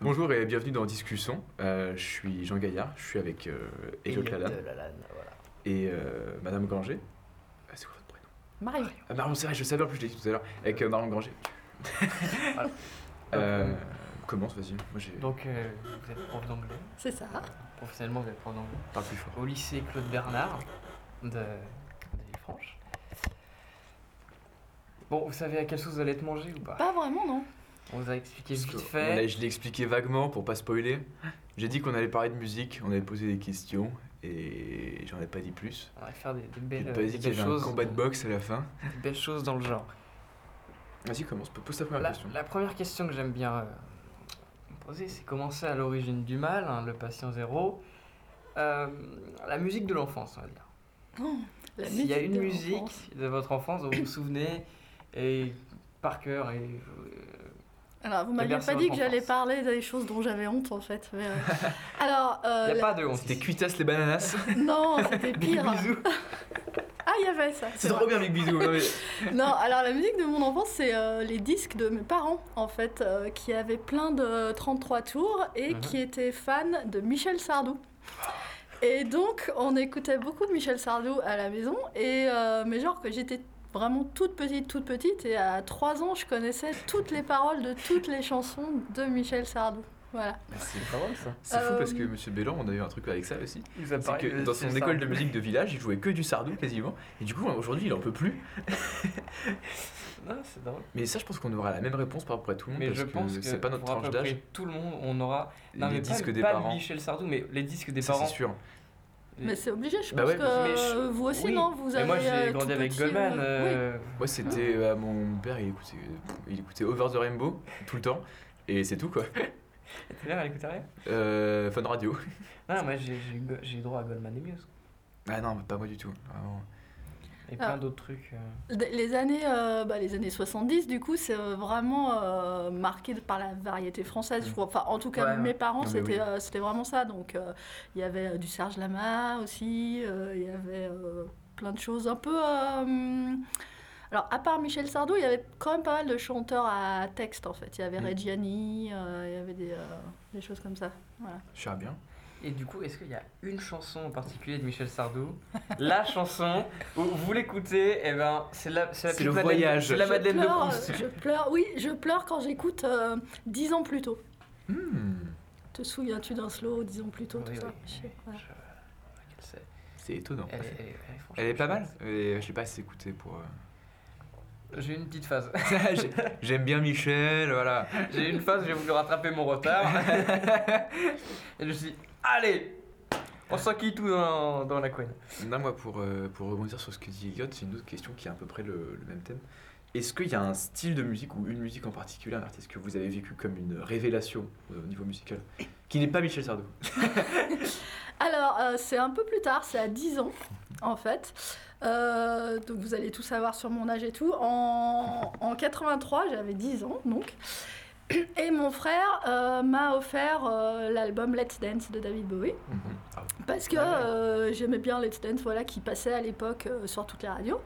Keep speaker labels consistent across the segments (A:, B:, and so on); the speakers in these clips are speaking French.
A: Bonjour et bienvenue dans Discussion. Euh, je suis Jean Gaillard, je suis avec euh, Elliot
B: Elliot
A: Lalanne
B: de Lalanne, voilà.
A: et euh, Madame Granger. Ah, c'est quoi votre prénom
C: Marion.
A: Ah, Marion, c'est vrai, je savais en plus, je l'ai dit tout à l'heure. Avec euh, Marion Granger.
B: Voilà.
A: Euh, commence, vas-y. Moi, j'ai.
B: Donc, euh, vous êtes prof d'anglais.
C: C'est ça.
B: Professionnellement, vous êtes prof d'anglais.
A: Parle plus fort.
B: Au lycée Claude Bernard de, de Villefranche. Bon, vous savez à quelle sauce vous allez être mangé ou pas
C: Pas vraiment, non.
B: On vous a expliqué
A: Parce que
B: vite
A: on a-
B: fait.
A: je l'ai expliqué vaguement pour pas spoiler. J'ai dit qu'on allait parler de musique, on avait posé des questions et j'en ai pas dit plus.
B: On va faire des, des
A: J'ai
B: belles,
A: pas
B: des
A: dit qu'il
B: belles
A: y avait un
B: choses,
A: combat de boxe à la fin.
B: des belles choses dans le genre.
A: Vas-y, commence, pose ta première
B: La,
A: question.
B: la première question que j'aime bien euh, poser, c'est comment c'est à l'origine du mal, hein, le patient zéro Euh, La musique de l'enfance, on va dire.
C: Oh, la
B: S'il y a
C: musique
B: une
C: de
B: musique
C: l'enfance.
B: de votre enfance dont vous vous souvenez et par cœur et euh,
C: Alors, vous m'aviez
B: berceau
C: pas dit que
B: d'enfance.
C: j'allais parler des choses dont j'avais honte, en fait. mais, euh, Alors, euh,
B: il n'y a
C: la-
B: pas de honte.
A: C'était cuitasse les bananas.
C: non, c'était pire.
B: Bisous.
C: Ah, il y avait ça.
A: C'est
C: vrai.
A: trop bien, Big Bisou. non, mais-
C: Non, alors la musique de mon enfance, c'est euh, les disques de mes parents, en fait, euh, qui avaient plein de 33 tours et
B: Mhm.
C: qui étaient fans de Michel Sardou. Et donc, on écoutait beaucoup de Michel Sardou à la maison, et, euh, mais genre que j'étais vraiment toute petite, toute petite, et à 3 ans, je connaissais toutes les paroles de toutes les chansons de Michel Sardou. Voilà.
B: C'est pas mal ça.
A: C'est fou
C: Euh,
A: parce que Monsieur Bélan, on a eu un truc avec ça aussi.
B: Ils ont
A: C'est que dans son école de musique de village, il jouait que du sardou quasiment. Et du coup, aujourd'hui, il en peut plus.
B: Non, c'est drôle.
A: Mais ça, je pense qu'on aura la même réponse par rapport à tout le monde.
B: Mais
A: Hmm, parce
B: je pense que
A: c'est pas notre
B: pour à
A: tranche
B: peu
A: d'âge.
B: près tout le monde, on aura non,
A: les
B: mais
A: disques
B: pas,
A: des
B: pas
A: parents.
B: Michel Sardou, mais les disques des
A: Ça,
B: parents.
A: c'est sûr.
C: Mais c'est obligé, je
A: Bah
C: pense
A: ouais,
C: que
B: Mm. mais je-
C: euh, vous aussi,
B: Oui.
C: non Vous
B: Mais
C: avez.
B: moi,
C: euh,
B: j'ai
C: tout
B: grandi avec
C: petit,
B: Goldman.
C: euh, oui.
B: euh,
A: Moi, c'était euh, mon père, il écoutait, il écoutait Over the Rainbow tout le temps. Et c'est tout quoi.
B: T'es là, elle écoutait rien
A: Euh, fun radio.
B: Non, moi, j'ai- j'ai eu go- j'ai eu droit à Goldman et Muse.
A: Ah non, pas moi du tout. vraiment.
B: Et
C: Ah.
B: plein d'autres trucs. euh.
C: D- Les années, euh, bah, les années 70, du coup, c'est euh, vraiment euh, marqué de- par la variété française. je
A: Mm.
C: crois. Enfin, en tout cas,
B: Ouais, ouais.
C: mes parents,
A: Non, mais
C: c'était
A: oui.
C: euh, c'était vraiment ça. Donc, euh, il y avait euh, du Serge Lama aussi, euh, il y avait euh, plein de choses un peu... euh, hum, alors, à part Michel Sardou, il y avait quand même pas mal de chanteurs à texte, en fait. Il y avait
A: Mm.
C: Reggiani, euh, il y avait des, euh, des choses comme ça.
A: Je serais bien.
B: Et du coup, est-ce qu'il y a une chanson en particulier de Michel Sardou La chanson où vous l'écoutez, et ben c'est la c'est
A: C'est
B: la petite
A: le
B: Madeleine-
A: voyage.
B: c'est la
C: Je
B: Madeleine de
C: pleure,
B: Proust.
C: euh, Je pleure, oui, je pleure quand j'écoute euh, dix ans plus tôt.
A: Hmm,
C: Te souviens-tu d'un slow dix ans plus tôt, tout
B: Oui,
C: ça
B: oui.
C: Je sais pas.
B: Je- c'est-
A: c'est étonnant.
B: Elle, est- elle est- elle est franchement-
A: Elle est pas mal. mais je l'ai pas assez écoutée pour. euh,
B: J'ai une petite phase.
A: j'ai- J'aime bien Michel, voilà.
B: J'ai une phase, j'ai voulu rattraper mon retard. et je me suis dit, allez On s'enquille tout dans, dans la couenne.
A: Non, moi, pour, euh, pour rebondir sur ce que dit Elliot, c'est une autre question qui est à peu près le, le même thème. Est-ce qu'il y a un style de musique ou une musique en particulier, un artiste que vous avez vécu comme une révélation euh, au niveau musical Qui n'est pas Michel Sardou.
C: Alors, euh, c'est un peu plus tard, c'est à 10 ans, en fait. Euh, donc, vous allez tout savoir sur mon âge et tout. En, en 83, j'avais 10 ans, donc. Et mon frère euh, m'a offert euh, l'album Let's Dance de David Bowie.
A: Ah ouais.
C: Parce que
B: Ah ouais.
C: euh, j'aimais bien Let's Dance, voilà, qui passait à l'époque euh, sur toutes les radios.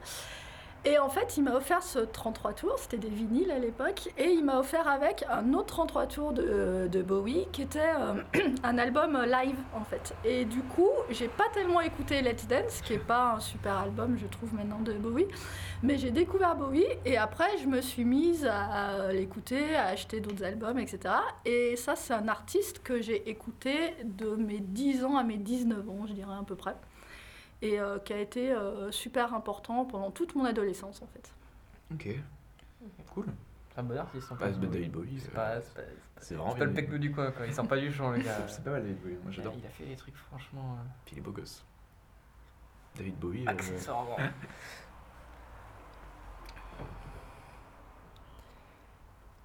C: Et en fait, il m'a offert ce 33 tours, c'était des vinyles à l'époque, et il m'a offert avec un autre 33 tours de, de Bowie, qui était euh, un album euh, live en fait. Et du coup, j'ai pas tellement écouté Let's Dance, qui est pas un super album, je trouve maintenant de Bowie, mais j'ai découvert Bowie, et après, je me suis mise à, à l'écouter, à acheter d'autres albums, etc. Et ça, c'est un artiste que j'ai écouté de mes 10 ans à mes 19 ans, je dirais à peu près, et euh, qui a été euh, super important pendant toute mon adolescence en fait.
A: Ok. Cool.
B: C'est un bon artiste en
A: Bah,
B: fait.
A: c'est pas David Bowie.
B: Ah, C'est
A: euh,
B: pas, c'est pas-
A: c'est
B: c'est
A: vraiment
B: pas le
A: une-
B: pecno du coin, quoi. Il sort pas du champ, le gars.
A: C'est pas mal David Bowie, moi j'adore.
B: Il a fait des trucs franchement euh,
A: Puis il est beau gosse. David Bowie. euh,
B: accessoirement.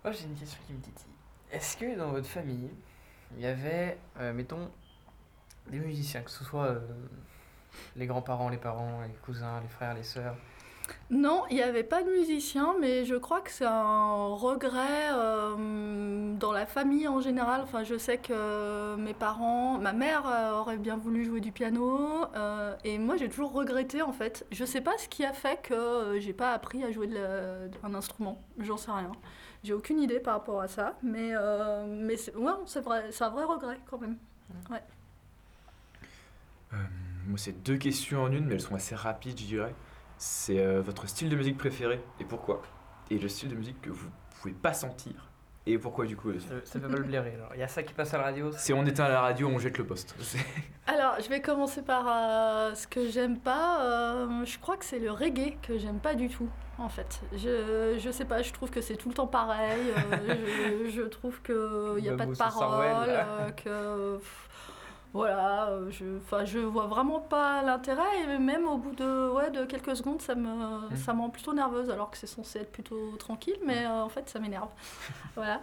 B: Moi j'ai une question qui me titille. Est-ce que dans votre famille, il y avait, euh, mettons, des musiciens, que ce soit euh, les grands-parents, les parents, les cousins, les frères, les sœurs,
C: Non, il n'y avait pas de musicien, mais je crois que c'est un regret euh, dans la famille en général. Enfin, je sais que euh, mes parents, ma mère euh, aurait bien voulu jouer du piano, euh, et moi j'ai toujours regretté en fait. Je sais pas ce qui a fait que euh, j'ai pas appris à jouer de la- d'un instrument. J'en sais rien. J'ai aucune idée par rapport à ça, mais euh, mais c'est ouais, c'est vrai, c'est un vrai regret quand même.
A: Euh, moi, c'est deux questions en une, mais elles sont assez rapides, je dirais. C'est euh, votre style de musique préféré et pourquoi Et le style de musique que vous pouvez pas sentir et pourquoi du coup euh,
B: Ça, ça fait pas le blairer. alors. Il y a ça qui passe à la radio.
A: C'est on éteint la radio, on jette le poste. C'est-
C: Alors, je vais commencer par euh, ce que j'aime pas. Euh, je crois que c'est le reggae que j'aime pas du tout, en fait. Je, je sais pas, je trouve que c'est tout le temps pareil. euh, je, je trouve qu'il n'y a
B: Le
C: pas de
B: Moussa Sarwell,
C: parole.
B: là.
C: euh, que. pff, Voilà, euh, je, enfin, je vois vraiment pas l'intérêt et même au bout de, ouais, de quelques secondes, ça me,
A: Mm.
C: ça me rend plutôt nerveuse alors que c'est censé être plutôt tranquille, mais euh, en fait ça m'énerve. voilà.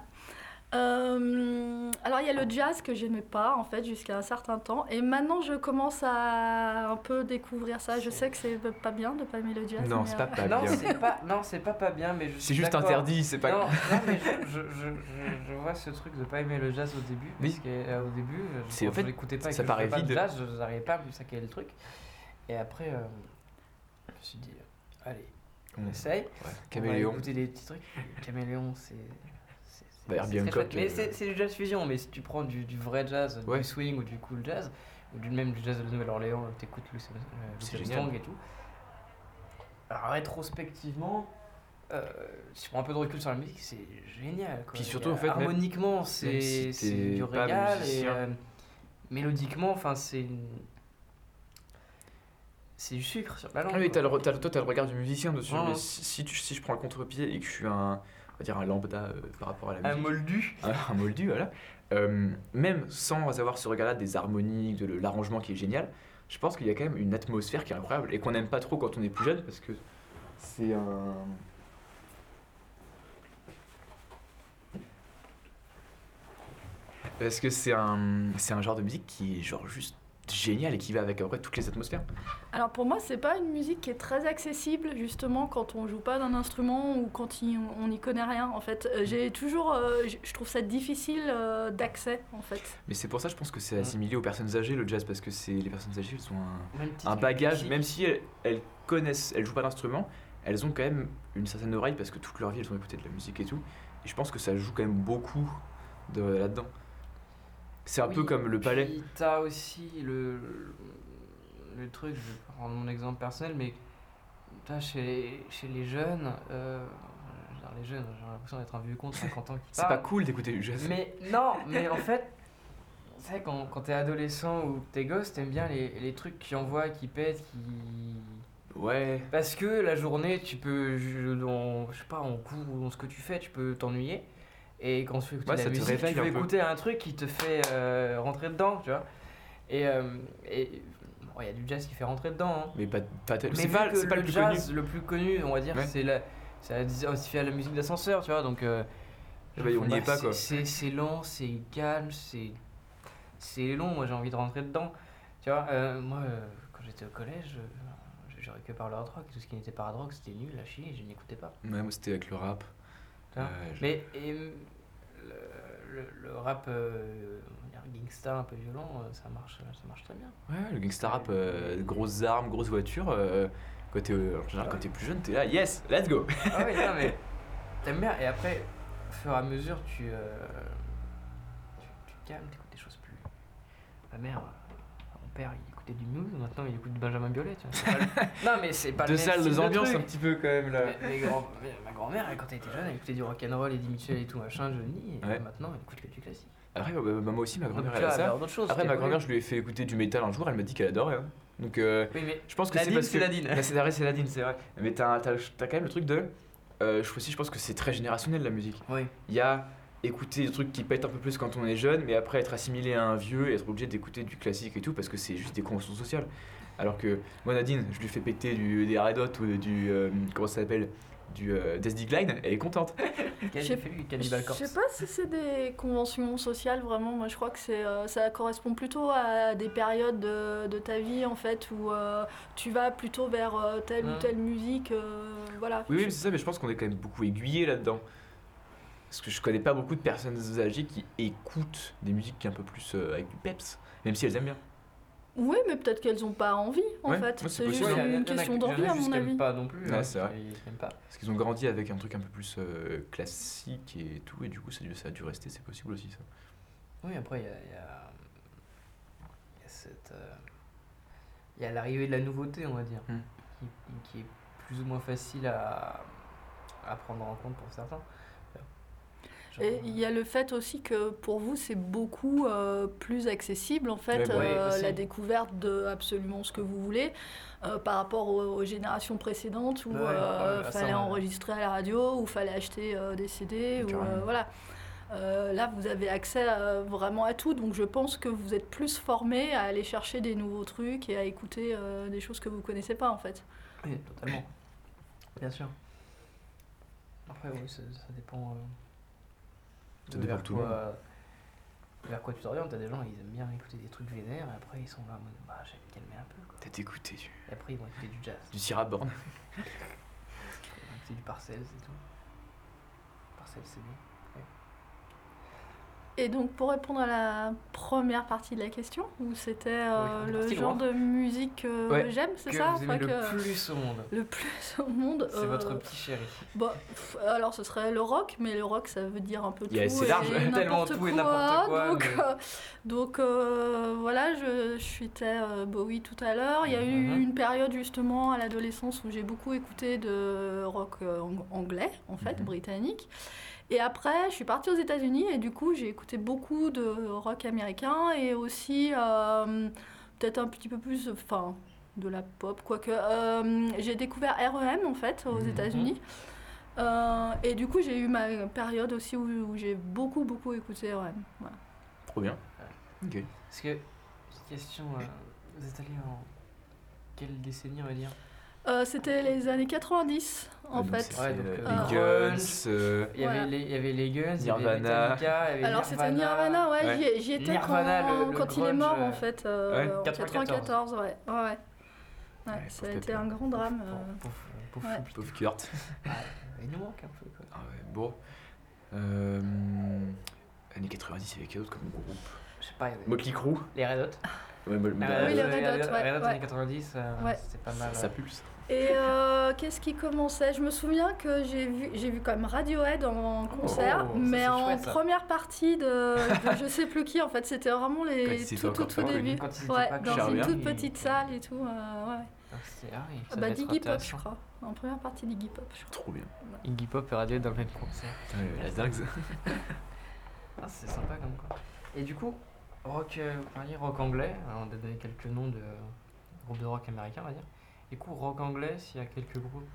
C: Euh, alors il y a le jazz que j'aimais pas en fait jusqu'à un certain temps et maintenant je commence à un peu découvrir ça. Je sais que c'est pas bien de pas aimer le jazz.
A: non,
C: mais,
A: c'est
C: euh,
A: pas pas
B: non,
A: bien.
B: c'est pas, non, c'est pas pas bien, mais je
A: C'est
B: suis
A: juste
B: d'accord.
A: interdit, c'est pas.
B: Non, non, mais je, je, je, je- je vois ce truc de pas aimer le jazz au début.
A: Oui.
B: Parce que, euh, au début, je-
A: C'est-
B: quand
A: en fait,
B: je l'écoutais pas et
A: ça
B: que je
A: paraît
B: faisais pas de
A: vide.
B: jazz, je n'arrivais pas à me saquer le truc. Et après, euh, je me suis dit, euh, allez, on
A: On-
B: essaye.
A: ouais, Caméléon.
B: On va écouter des petits trucs. Caméléon, c'est. c'est- c'est-
A: Bah, Herbie
B: c'est très
A: Hancock,
B: chouette. Mais
A: euh,
B: c'est- c'est du jazz fusion, mais si tu prends du, du vrai jazz,
A: Ouais.
B: du swing ou du cool jazz, ou du même du jazz de Nouvelle-Orléans, tu écoutes Louis
A: C'est
B: Armstrong et tout. Alors, rétrospectivement, euh, si tu prends un peu de recul sur la musique, c'est génial. Quoi.
A: Puis
B: Et,
A: surtout,
B: euh,
A: en fait, même-
B: harmoniquement, c'est
A: si
B: c'est
A: t'es
B: du
A: pas
B: régal. Et,
A: musicien.
B: euh, mélodiquement, enfin, c'est une. C'est du sucre sur la langue.
A: Ah oui,
B: quoi.
A: t'as le, re- t'as le- toi, t'as le regard du musicien dessus.
B: Ouais,
A: mais
B: ouais.
A: si, si tu- si je prends le contre-pied et que je suis un, on va dire un lambda euh, par rapport à la
B: un
A: musique,
B: moldu.
A: un moldu, voilà. Euh, même sans avoir ce regard-là des harmoniques, de le- l'arrangement qui est génial, je pense qu'il y a quand même une atmosphère qui est incroyable et qu'on n'aime pas trop quand on est plus jeune parce que c'est un. Parce que c'est un, c'est un genre de musique qui est genre juste génial et qui va avec à peu près toutes les atmosphères.
C: Alors pour moi, c'est pas une musique qui est très accessible justement quand on joue pas d'un instrument ou quand il- on n'y connaît rien. En fait, Euh, j'ai toujours, euh, j- je trouve ça difficile euh, d'accès en fait.
A: Mais c'est pour ça, je pense que c'est assimilé aux personnes âgées le jazz parce que c'est les personnes âgées, elles ont un, un bagage, même si elles, elles connaissent, elles jouent pas d'instrument, elles ont quand même une certaine oreille parce que toute leur vie elles ont écouté de la musique et tout. Et je pense que ça joue quand même beaucoup de, là-dedans. C'est un peu
B: Oui,
A: comme le palais.
B: Puis t'as aussi le, le truc, je vais prendre mon exemple personnel, mais t'as chez les, chez les jeunes, euh, je veux dire les jeunes, j'ai l'impression d'être un vieux con de 50 ans qui
A: C'est pas
B: parle.
A: cool d'écouter du jazz.
B: Mais non, mais en fait, c'est vrai quand, quand t'es adolescent ou que t'es gosse, t'aimes bien les, les trucs qui envoient, qui pètent, qui,
A: Ouais.
B: parce que la journée, tu peux, je, dans- je sais pas, en cours ou dans ce que tu fais, tu peux t'ennuyer. Et quand tu écoutes
A: Ouais,
B: la
A: Bah, ça te
B: musique,
A: réveille
B: tu peux
A: un peu.
B: écouter un truc qui te fait euh, rentrer dedans, tu vois. Et euh, et- bon, il y a du jazz qui fait rentrer dedans. hein.
A: Mais pas, pas tel-
B: Mais
A: C'est
B: vu
A: pas,
B: que
A: c'est pas le, plus
B: jazz, le plus connu, on va dire,
A: Ouais.
B: c'est la, ça a aussi fait à la musique d'ascenseur, tu vois. Donc, euh,
A: Ah bah, on n'y est pas,
B: c'est-
A: quoi.
B: C'est c'est lent, c'est calme, c'est c'est long. Moi, j'ai envie de rentrer dedans. Tu vois, euh, moi, euh, quand j'étais au collège, euh, je j'aurais que par le hard rock. Tout ce qui n'était pas hard rock, c'était nul, à chier, et je n'écoutais pas.
A: connu. Ouais, moi c'était avec le rap.
B: Tu vois.
A: Euh, je-
B: Ah, Mais et, le, le- le rap, euh, on va dire gangsta un peu violent, euh, ça marche, ça marche très bien.
A: Ouais, le gangsta rap, euh, grosses armes, grosses voitures. euh, quand t'es en général, quand t'es plus jeune, t'es là, yes, let's go.
B: Ah oui, non, mais t'aimes bien. Et après, au fur et à mesure, tu, euh, tu, tu te calmes, t'écoutes des choses plus. Ma mère, euh, mon père, il écoutait du Muse, maintenant il écoute du Benjamin Biolay, tu vois. c'est pas le- Non, mais c'est pas
A: Deux
B: le même
A: salles, hein.
B: style
A: deux
B: de
A: ambiances un
B: truc.
A: petit peu quand même là.
B: Mes- mes grands- mes- ma grand-mère, elle, quand elle était jeune, elle écoutait du rock'n'roll, Eddie Mitchell et tout machin, Johnny, et
A: Ouais.
B: maintenant elle écoute que du classique.
A: Après, bah, bah, moi aussi, ma
B: Donc,
A: grand-mère
B: tu
A: elle a
B: vois,
A: ça.
B: alors, d'autres choses.
A: Après,
B: qui
A: ma
B: évoluent.
A: grand-mère, je lui ai fait écouter du métal un jour, elle m'a dit qu'elle adorait. hein. Donc, euh,
B: Oui, mais
A: je pense que
B: La
A: c'est
B: dîne,
A: parce
B: c'est
A: que.
B: la dîne.
A: Bah, c'est la c'est la dîne, c'est vrai. Mais t'as t'as- t'as quand même le truc de. euh, je, aussi, je pense que c'est très générationnel la musique.
B: Oui.
A: Il y a écouter des trucs qui pètent un peu plus quand on est jeune, mais après être assimilé à un vieux et être obligé d'écouter du classique et tout, parce que c'est juste des conventions sociales. Alors que moi, Nadine, je lui fais péter du, des Red Hot ou du. euh, comment ça s'appelle du euh, Death Decline, elle est contente.
B: Quel
C: sais-
B: effet lui, Cannibal
C: Je
B: Corpse
C: sais pas si c'est des conventions sociales vraiment. Moi, je crois que c'est, euh, ça correspond plutôt à des périodes de, de ta vie en fait où euh, tu vas plutôt vers euh, telle ou
B: Mm.
C: telle musique. euh, voilà.
A: Oui, oui, mais c'est ça, mais je pense qu'on est quand même beaucoup aiguillé là-dedans. Parce que je connais pas beaucoup de personnes âgées qui écoutent des musiques qui est un peu plus euh, avec du peps, même si elles aiment bien.
C: Oui, mais peut-être qu'elles n'ont pas envie en
A: Ouais,
C: fait.
A: moi, c'est
C: C'est
A: possible.
C: juste
A: Ouais,
B: il y en a- il y en
C: une
B: a-
C: question
B: il y en a
C: d'envie à
B: juste
C: mon
B: qui aiment
C: avis.
B: pas non plus.
A: Ouais,
B: hein,
A: c'est vrai.
B: qui- qui aiment pas.
A: Parce qu'ils ont grandi avec un truc un peu plus euh, classique et tout, et du coup ça, a dû- ça a dû rester, c'est possible aussi ça.
B: Oui, après, il y a, il y a- il y a cette. euh, Il y a l'arrivée de la nouveauté, on va dire,
A: Hmm.
B: qui, qui est plus ou moins facile à, à prendre en compte pour certains. Genre,
C: Et il y a le fait aussi que pour vous, c'est beaucoup euh, plus accessible, en fait,
A: Ouais, ouais,
C: euh,
B: Eh ben, aussi.
C: la découverte de absolument ce que vous voulez euh, par rapport aux, aux générations précédentes où
B: Ouais,
C: il
B: ouais, ça,
C: fallait
B: on-
C: enregistrer à la radio, où fallait acheter euh, des CD, ou,
A: Carrément.
C: euh, voilà. Euh, là, vous avez accès à- vraiment à tout, donc je pense que vous êtes plus formé à aller chercher des nouveaux trucs et à écouter euh, des choses que vous connaissez pas, en fait.
B: Oui, totalement. Bien sûr. Après, oui, ça, ça dépend. euh,
A: Ça
B: de
A: dépend
B: vers
A: de tout le
B: quoi,
A: monde.
B: euh, vers quoi tu t'orientes T'as des gens, ils aiment bien écouter des trucs vénères, et après, ils sont là en mode, bah, j'ai calmé un peu. Quoi.
A: Peut-être écouter du,
B: Et après, ils vont écouter du jazz.
A: du Sierra Born.
B: C'est du parcel, c'est tout. Parcel, c'est bien.
C: Et donc, pour répondre à la première partie de la question, où c'était euh,
B: Oui,
C: le
B: partie
C: genre
B: loin.
C: de musique que
A: Ouais,
C: j'aime, c'est ça
B: vous
C: Enfin,
B: aimez le
C: que-
B: plus au monde.
C: le plus au monde.
B: C'est
C: euh,
B: votre petit chéri.
C: bah, pff, alors, ce serait le rock, mais le rock, ça veut dire un peu tout.
A: Yeah, c'est
C: et
A: large,
C: n'importe
B: tellement tout et n'importe quoi,
C: Donc,
B: mais-
C: euh, donc, euh, voilà, je, je citais euh, Bowie tout à l'heure. Il y a eu
B: Mhm.
C: une période justement à l'adolescence où j'ai beaucoup écouté de rock euh, ang- anglais, en fait,
A: Mhm.
C: britannique. Et après, je suis partie aux États-Unis et du coup, j'ai écouté beaucoup de rock américain et aussi euh, peut-être un petit peu plus, enfin, de la pop, quoique. euh, j'ai découvert REM en fait aux
A: Mhm.
C: États-Unis. Euh, et du coup, j'ai eu ma période aussi où, où j'ai beaucoup, beaucoup écouté REM. Voilà.
A: Trop bien. Ok.
B: Parce que, petite question, euh, vous êtes allé en quelle décennie, on va dire
C: Euh, C'était les années 90 en
A: Donc,
C: fait.
A: c'est-
B: Ouais, donc,
A: euh,
B: euh,
A: les Guns, euh,
B: il y, avait
C: Voilà.
B: les, il y avait les Guns, il y avait
A: Nirvana.
B: Metallica, il y avait
C: Alors c'était Nirvana, ouais,
A: Ouais.
C: j'y ai- j'y étais
B: Nirvana,
C: quand,
B: le- le
C: quand il est
B: grunge,
C: mort
B: euh,
C: en fait, euh,
A: ouais.
C: en
B: 94.
C: 94, ouais. ouais, ouais. Ouais,
A: Ouais,
C: ça a
A: pauvre
C: été
A: Pepe.
C: un grand
B: Pauvre-
C: drame.
B: pauvre-
C: euh.
B: pauvre- pauvre
C: ouais.
B: choupi.
A: pauvre Kurt.
B: Ah, Il nous manque un peu, quoi.
A: Ah ouais, bon. Euh, années 90, il y avait quel autre comme groupe
B: Je sais pas, il y avait
A: Motley Crue.
B: les Red Hot.
A: Ouais, moi, le-
C: oui, les
A: euh,
C: Red Hot, ouais,
B: Red Hot
C: ouais.
B: années 90, euh,
C: Ouais.
B: c'était pas
A: ça,
B: mal.
A: ça
B: ouais.
A: pulse.
C: Et euh, qu'est-ce qui commençait Je me souviens que j'ai vu, j'ai vu quand même Radiohead en concert,
B: Oh, ça,
C: mais
B: c'est
C: en
B: chouette, ça.
C: première partie de, de je sais plus qui en fait. C'était
A: Quand
C: vraiment les
A: ils étaient
C: tout, tout,
A: encore
C: tout
A: pas
C: début.
A: connus,
B: quand ils étaient
C: Ouais,
B: pas
C: dans
A: connus.
C: une toute
B: Charlie.
C: petite salle et tout. euh, ouais.
B: Ah, c'est- ah oui, ça
C: bah,
B: devait être
C: Diggy Pop, je
B: intéressant.
C: crois. En première partie Diggy Pop, je crois.
A: Trop bien.
B: Iggy Pop et Radiohead dans le même concert.
A: Ouais, la dingue. ça.
B: Ah, c'est sympa comme quoi. Et du coup, rock, euh, on va dire rock anglais, alors on a donné quelques noms de euh, groupes de rock américains, on va dire. Du coup, rock anglais, s'il y a quelques groupes.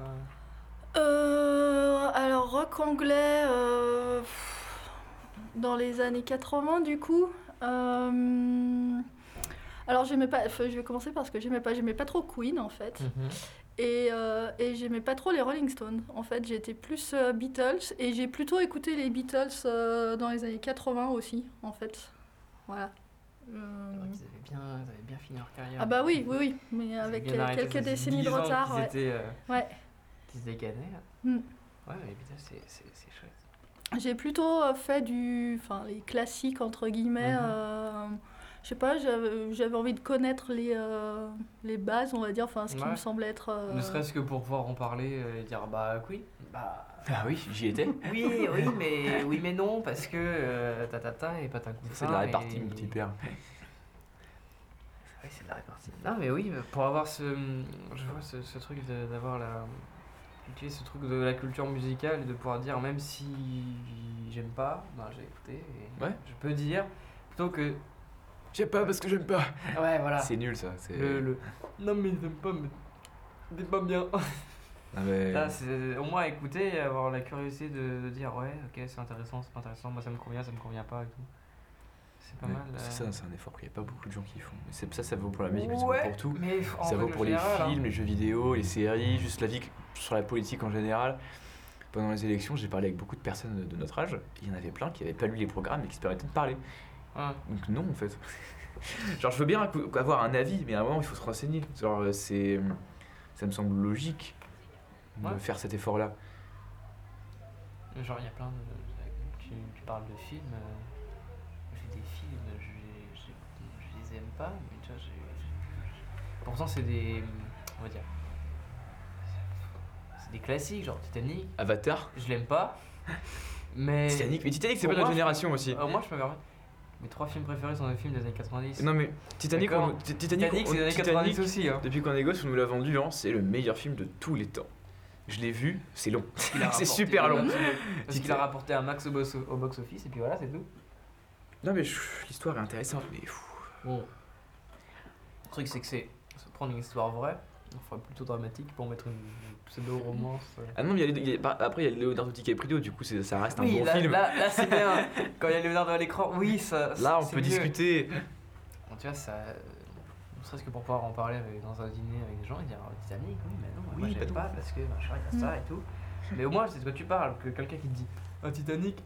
B: euh,
C: Euh, alors, rock anglais, euh, pff, dans les années 80, du coup. euh, alors, j'aimais pas, enfin, je vais commencer par ce que j'aimais pas. J'aimais pas trop Queen en fait.
A: Mm-hmm.
C: Et, euh, et j'aimais pas trop les Rolling Stones. En fait, j'étais plus euh, Beatles et j'ai plutôt écouté les Beatles euh, dans les années 80 aussi, en fait. Voilà. Euh,
B: C'est vrai qu'ils avaient bien, ils avaient bien fini leur carrière.
C: Ah bah oui, oui, oui, mais
B: Ils avaient
C: avec
B: bien
C: euh,
B: arrêté, ça
C: quelques
B: faisait
C: décennies
B: 10
C: de
B: ans
C: retard.
B: Qu'ils
C: ouais.
B: étaient, euh,
C: Ouais.
B: qu'ils se décanaient, là.
C: Mm.
B: Ouais, mais putain, c'est, c'est, c'est chouette.
C: J'ai plutôt euh, fait du, enfin les classiques entre guillemets.
B: Mhm.
C: euh, je sais pas, j'avais j'avais envie de connaître les, euh, les bases, on va dire, enfin ce qui
B: Ouais.
C: me semble être. euh,
B: Ne serait-ce que pour pouvoir en parler euh, et dire bah oui, bah.
A: Ah oui, j'y étais.
B: Oui, oui, mais oui, mais non, parce que euh, ta ta ta et pas ta
A: C'est de la répartie, mon petit père.
B: Ah Oui, c'est de la répartie. Non, mais oui, pour avoir ce. Je vois ce, ce truc de- d'avoir la. d'utiliser ce truc de la culture musicale et de pouvoir dire, même si j'aime pas, ben j'ai écouté. Et
A: Ouais.
B: Je peux dire, plutôt que.
A: J'aime pas parce que j'aime pas.
B: Ouais, voilà.
A: C'est nul ça. C'est.
B: Le, le- Non, mais j'aime pas, mais. C'est pas bien.
A: Ah, mais-
B: Là, c'est au moins écouter et avoir la curiosité de, de dire, ouais, ok, c'est intéressant, c'est pas intéressant, moi ça me convient, ça me convient pas et tout. C'est pas
A: Ouais,
B: mal. euh.
A: C'est ça, c'est un effort qu'il n'y a pas beaucoup de gens qui font. Mais c'est- ça, ça vaut pour la musique, mais ça
B: Ouais,
A: vaut pour tout.
B: Mais en
A: ça vaut
B: règle
A: pour les
B: générale, hein.
A: films, les jeux vidéo, les séries, juste la vie que- sur la politique en général. pendant les élections, j'ai parlé avec beaucoup de personnes de notre âge. Il y en avait plein qui n'avaient pas lu les programmes et qui se permettaient de parler.
B: Ouais.
A: Donc non, en fait. Genre, je veux bien acou- avoir un avis, mais à un moment, il faut se renseigner. Genre, euh, c'est... Ça me semble logique de
B: Ouais.
A: faire cet effort-là.
B: Genre, il y a plein de. Tu, tu parles de films. euh, J'ai des films, je, les- je- je les aime pas, mais tu vois, j'ai. j'ai- Pourtant, c'est des. On va dire. C'est des classiques, genre Titanic.
A: Avatar
B: Je l'aime pas. Mais.
A: Titanic Mais Titanic, c'est
B: Pour
A: pas notre
B: moi, je-
A: génération aussi.
B: Euh, moi, je me permets. Mes trois films préférés sont des films des années 90.
A: Non mais Titanic,
B: D'accord.
A: on- Ti- Titanic,
B: Titanic,
A: on-
B: c'est des années
A: Titanic,
B: 90 aussi. Hein.
A: depuis qu'on est gosse, on nous l'a vendu, hein, c'est le meilleur film de tous les temps. Je l'ai vu, c'est long.
B: Il a
A: C'est
B: rapporté-
A: super long.
B: Parce qu'il a rapporté un max au, boss- au box-office, et puis voilà, c'est tout.
A: Non mais je- l'histoire est intéressante, mais pff,
B: Bon. Le truc, c'est que c'est se prendre une histoire vraie, enfin plutôt dramatique, pour mettre une pseudo-romance. euh.
A: Ah non, mais il y a les- il y a- bah, après il y a Leonardo DiCaprio, du coup c'est- ça reste un
B: Oui,
A: bon
B: là,
A: film. Là,
B: là, là, c'est bien. Quand il y a Leonardo à l'écran, oui, ça.
A: on
B: c'est
A: peut
B: mieux.
A: discuter.
B: Bon, tu vois, ça. euh, Ne serait-ce que pour pouvoir en parler avec- dans un dîner avec des gens et dire oh, Titanic, oui, mais non, moi
A: Oui, pas Mm.
B: j'aime
A: tout.
B: pas parce que machin, il y a ça et tout. Mais au moins, c'est de quoi tu parles, que quelqu'un qui te dit Ah, Titanic,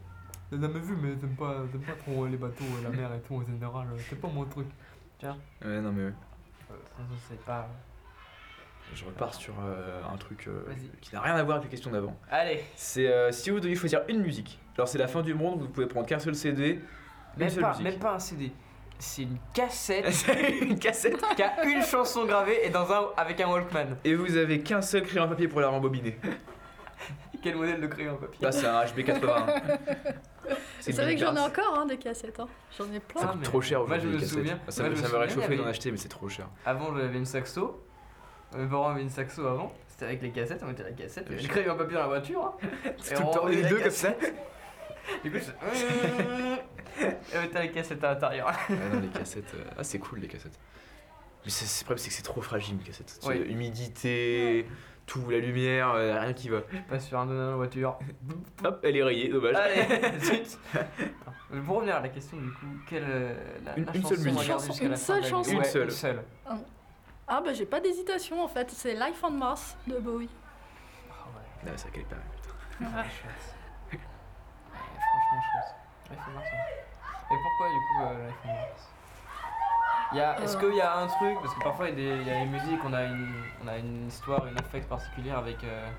B: t'as jamais vu, mais t'aimes pas, t'aimes pas trop les bateaux, la mer et tout en général, euh, c'est pas mon truc.
A: Ouais, non mais ouais.
B: Euh, c'est pas.
A: je repars sur euh, un truc euh,
B: Vas-y.
A: qui n'a rien à voir avec les questions d'avant.
B: Allez,
A: C'est euh, si vous deviez choisir une musique, genre c'est la fin du monde, vous pouvez prendre qu'un seul CD, une
B: même
A: seule
B: pas,
A: musique.
B: même pas un CD, c'est une cassette
A: C'est une cassette.
B: qui a une chanson gravée et dans un, avec un Walkman.
A: Et vous avez qu'un seul crayon à papier pour la rembobiner.
B: Quel modèle de crayon en papier
A: Là, c'est un HB81.
C: C'est vrai que j'en ai encore hein, des cassettes. hein. J'en ai plein.
A: Ça
B: Ah,
A: coûte
B: mais
A: trop cher
B: moi,
A: aujourd'hui.
B: je me
A: les cassettes.
B: souviens-
A: Ça
B: moi,
A: me-
B: je
A: ça
B: me
A: m'aurait
B: souviens,
A: chauffé
B: il y
A: d'en
B: avait-
A: acheter, mais c'est trop cher.
B: Bah, Avant, j'avais une saxo. Mes parents avaient une saxo avant. C'était avec les cassettes, on mettait la cassette. J'ai créé un papier dans la voiture. hein. Et
A: tout le
B: on
A: temps,
B: remettait
A: les
B: la
A: deux comme
B: cassette. Du coup, je. Et on mettait la cassette à l'intérieur.
A: Ah non, les cassettes. euh, Ah, c'est cool les cassettes. Mais c'est- c'est le problème, c'est que c'est trop fragile une cassette. C'est
B: Ouais.
A: Humidité, tout, la lumière, euh, rien qui va.
B: Je passe sur un donnant hein, dans la voiture.
A: Hop, elle est rayée, dommage.
B: Allez, zut. Pour revenir à la question, du coup, quelle. euh, La,
A: Une-
B: la
A: une
B: chanson
A: seule musique.
B: regardée jusqu'à la
C: Une seule
B: fin de la
C: chanson.
B: vie.
A: Une
B: Ouais,
A: seule.
C: Ah bah j'ai pas d'hésitation en fait. C'est Life on Mars de Bowie.
B: Ah ouais,
A: Non, mais c'est vrai qu'elle est pas mal. putain.
C: Ah,
B: elle est chouette. Ouais, franchement chouette. Life on Mars, ouais. Et pourquoi du coup euh, Life on Mars Il y a- Est-ce
C: Euh.
B: qu'il y a un truc Parce que parfois il y a des, il y a des musiques, on a, une, on a une histoire, une affect particulière avec euh,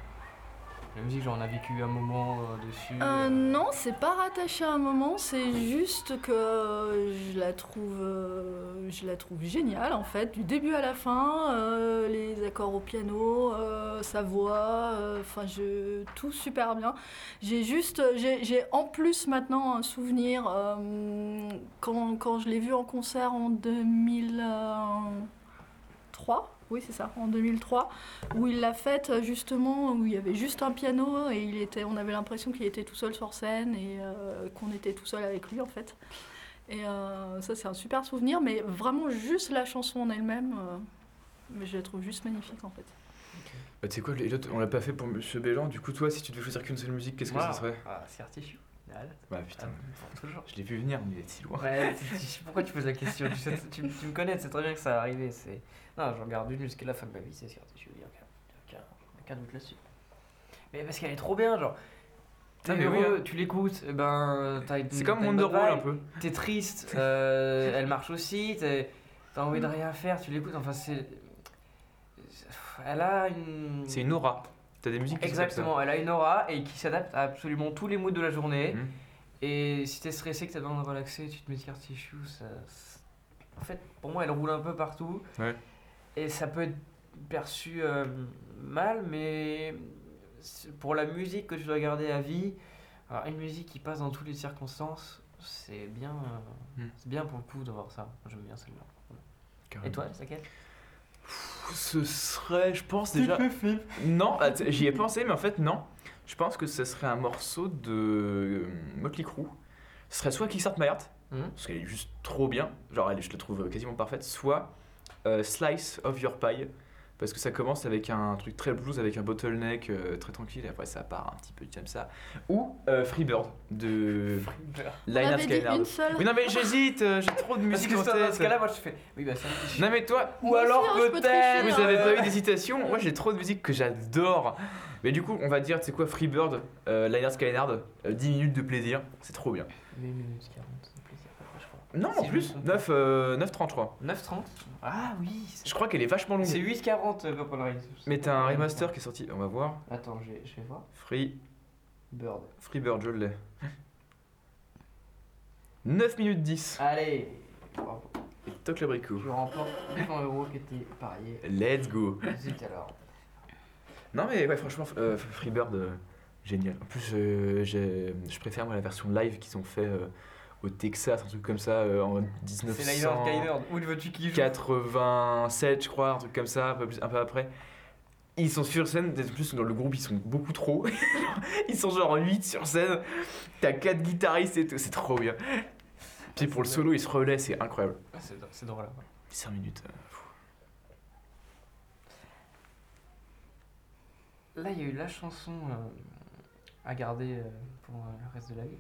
B: la musique, genre on a vécu un moment euh, dessus.
C: Euh,
B: euh.
C: non, c'est pas rattaché à un moment, c'est juste que euh, je la trouve, euh, je la trouve géniale en fait, du début à la fin, euh, les accords au piano, euh, sa voix, euh, enfin je tout super bien. J'ai juste, j'ai j'ai en plus maintenant un souvenir euh, quand, quand je l'ai vu en concert en 2003, oui c'est ça, en 2003 où il l'a faite euh, justement, où il y avait juste un piano et il était, on avait l'impression qu'il était tout seul sur scène et euh, qu'on était tout seul avec lui en fait. Et euh, ça c'est un super souvenir, mais vraiment juste la chanson en elle-même, euh, mais je la trouve juste magnifique en fait.
A: Bah, tu sais quoi, les- l'autre, on l'a pas fait pour Monsieur Bélan. Du coup, toi, si tu devais choisir qu'une seule musique, qu'est-ce que
B: Voilà.
A: ça serait
B: Ah, c'est Artichou. Ah, là,
A: Bah putain,
B: pour toujours.
A: je l'ai vu venir, mais il est si loin.
B: Ouais, tu- tu- pourquoi tu poses la question tu, sais- tu- tu me connais, c'est très bien que ça va arriver. C'est... Non, je regarde une jusqu'à la fin de ma vie, c'est sûr. Je veux dire, aucun, aucun doute là-dessus. Mais parce qu'elle est trop bien, genre. T'es
A: Ah, mais
B: heureux,
A: oui, hein.
B: tu l'écoutes, eh ben, t'as une-
A: C'est comme
B: t'as une bonne
A: Wonderwall un
B: vibe,
A: peu.
B: T'es triste, euh, elle marche aussi, t'es- t'as envie
A: Mm.
B: de rien faire, tu l'écoutes, enfin c'est. Elle a une.
A: C'est une aura. T'as des musiques qui sont comme ça.
B: Exactement, elle a une aura et qui s'adapte à absolument tous les moods de la journée.
A: Mhm.
B: Et si t'es stressé, que t'as besoin de relaxer, tu te mets Car Tissue, ça... c'est- En fait, pour moi, elle roule un peu partout.
A: Ouais.
B: Et ça peut être perçu euh, mal, mais c'est- pour la musique que tu dois garder à vie, alors une musique qui passe dans toutes les circonstances, c'est bien, euh,
A: Mm.
B: c'est bien pour le coup d'avoir ça. J'aime bien celle-là. Et
A: Carrément.
B: toi, c'est laquelle
A: Ce serait, je pense déjà. non, att- j'y ai pensé, mais en fait, non. Je pense que ce serait un morceau de euh, Motley Crue. Ce serait soit Kickstart My Heart,
B: Mhm.
A: parce qu'elle est juste trop bien, genre elle, je la trouve euh, quasiment parfaite, soit euh, Slice of Your Pie Parce que ça commence avec un truc très blues, avec un bottleneck euh, très tranquille, et après ça part un petit peu comme ça. Ou euh, Freebird de
C: On
A: Lina
C: avait dit
A: Skynyrd.
C: une seule.
A: Oui, non, mais j'hésite, euh, j'ai trop de
B: Parce
A: musique
B: que
A: en
B: ça, dans ce
A: tête.
B: cas-là, moi je fais. Oui, bah ça.
A: Non, mais toi,
C: Moi
B: Ou
C: aussi,
B: alors
C: hein, je peux
B: peut-être.
C: tricher,
A: Vous
C: hein.
A: avez pas eu des citations Moi j'ai trop de musique que j'adore. Mais du coup, on va dire, tu sais quoi, Freebird, euh, Lynyrd Skynyrd, euh, 10 minutes de plaisir, c'est trop bien.
B: Mais minutes 40, c'est plaisir, je crois.
A: Non, en
B: Si je me
A: plus,
B: trompe
A: 9, euh, 9,33.
B: 9,30 Ah oui, c'est-
A: Je crois qu'elle est vachement longue.
B: c'est 8,40 euh, Purple Rain.
A: Mais t'as un remaster qui est sorti, on va voir.
B: Attends, je vais je vais voir.
A: Free,
B: Bird.
A: Freebird, je l'ai. 9 minutes 10.
B: Allez Bravo.
C: Ah.
A: Et toc le bricot.
B: Je remporte 200 euros qui étaient pariés.
A: Let's go.
B: Zut alors.
A: Non mais ouais, franchement, euh, Freebird, euh, génial. En plus, euh, j'ai- je préfère moi, la version live qu'ils ont fait euh, au Texas, un truc comme ça, euh, en
B: C'est Liner
A: 1900.
B: Skyler. Où le veux-tu qui joue
A: 87, je crois, un truc comme ça, un peu, plus- un peu après. Ils sont sur scène, en plus dans le groupe ils sont beaucoup trop. ils sont genre 8 sur scène. T'as 4 guitaristes et tout, c'est trop bien. Puis pour le solo, ils se relaient, c'est incroyable.
B: Ah, C'est c'est drôle. ouais.
A: 5 minutes. euh, fou.
B: Là, il y a eu la chanson euh, à garder euh, pour euh, le reste de la vie.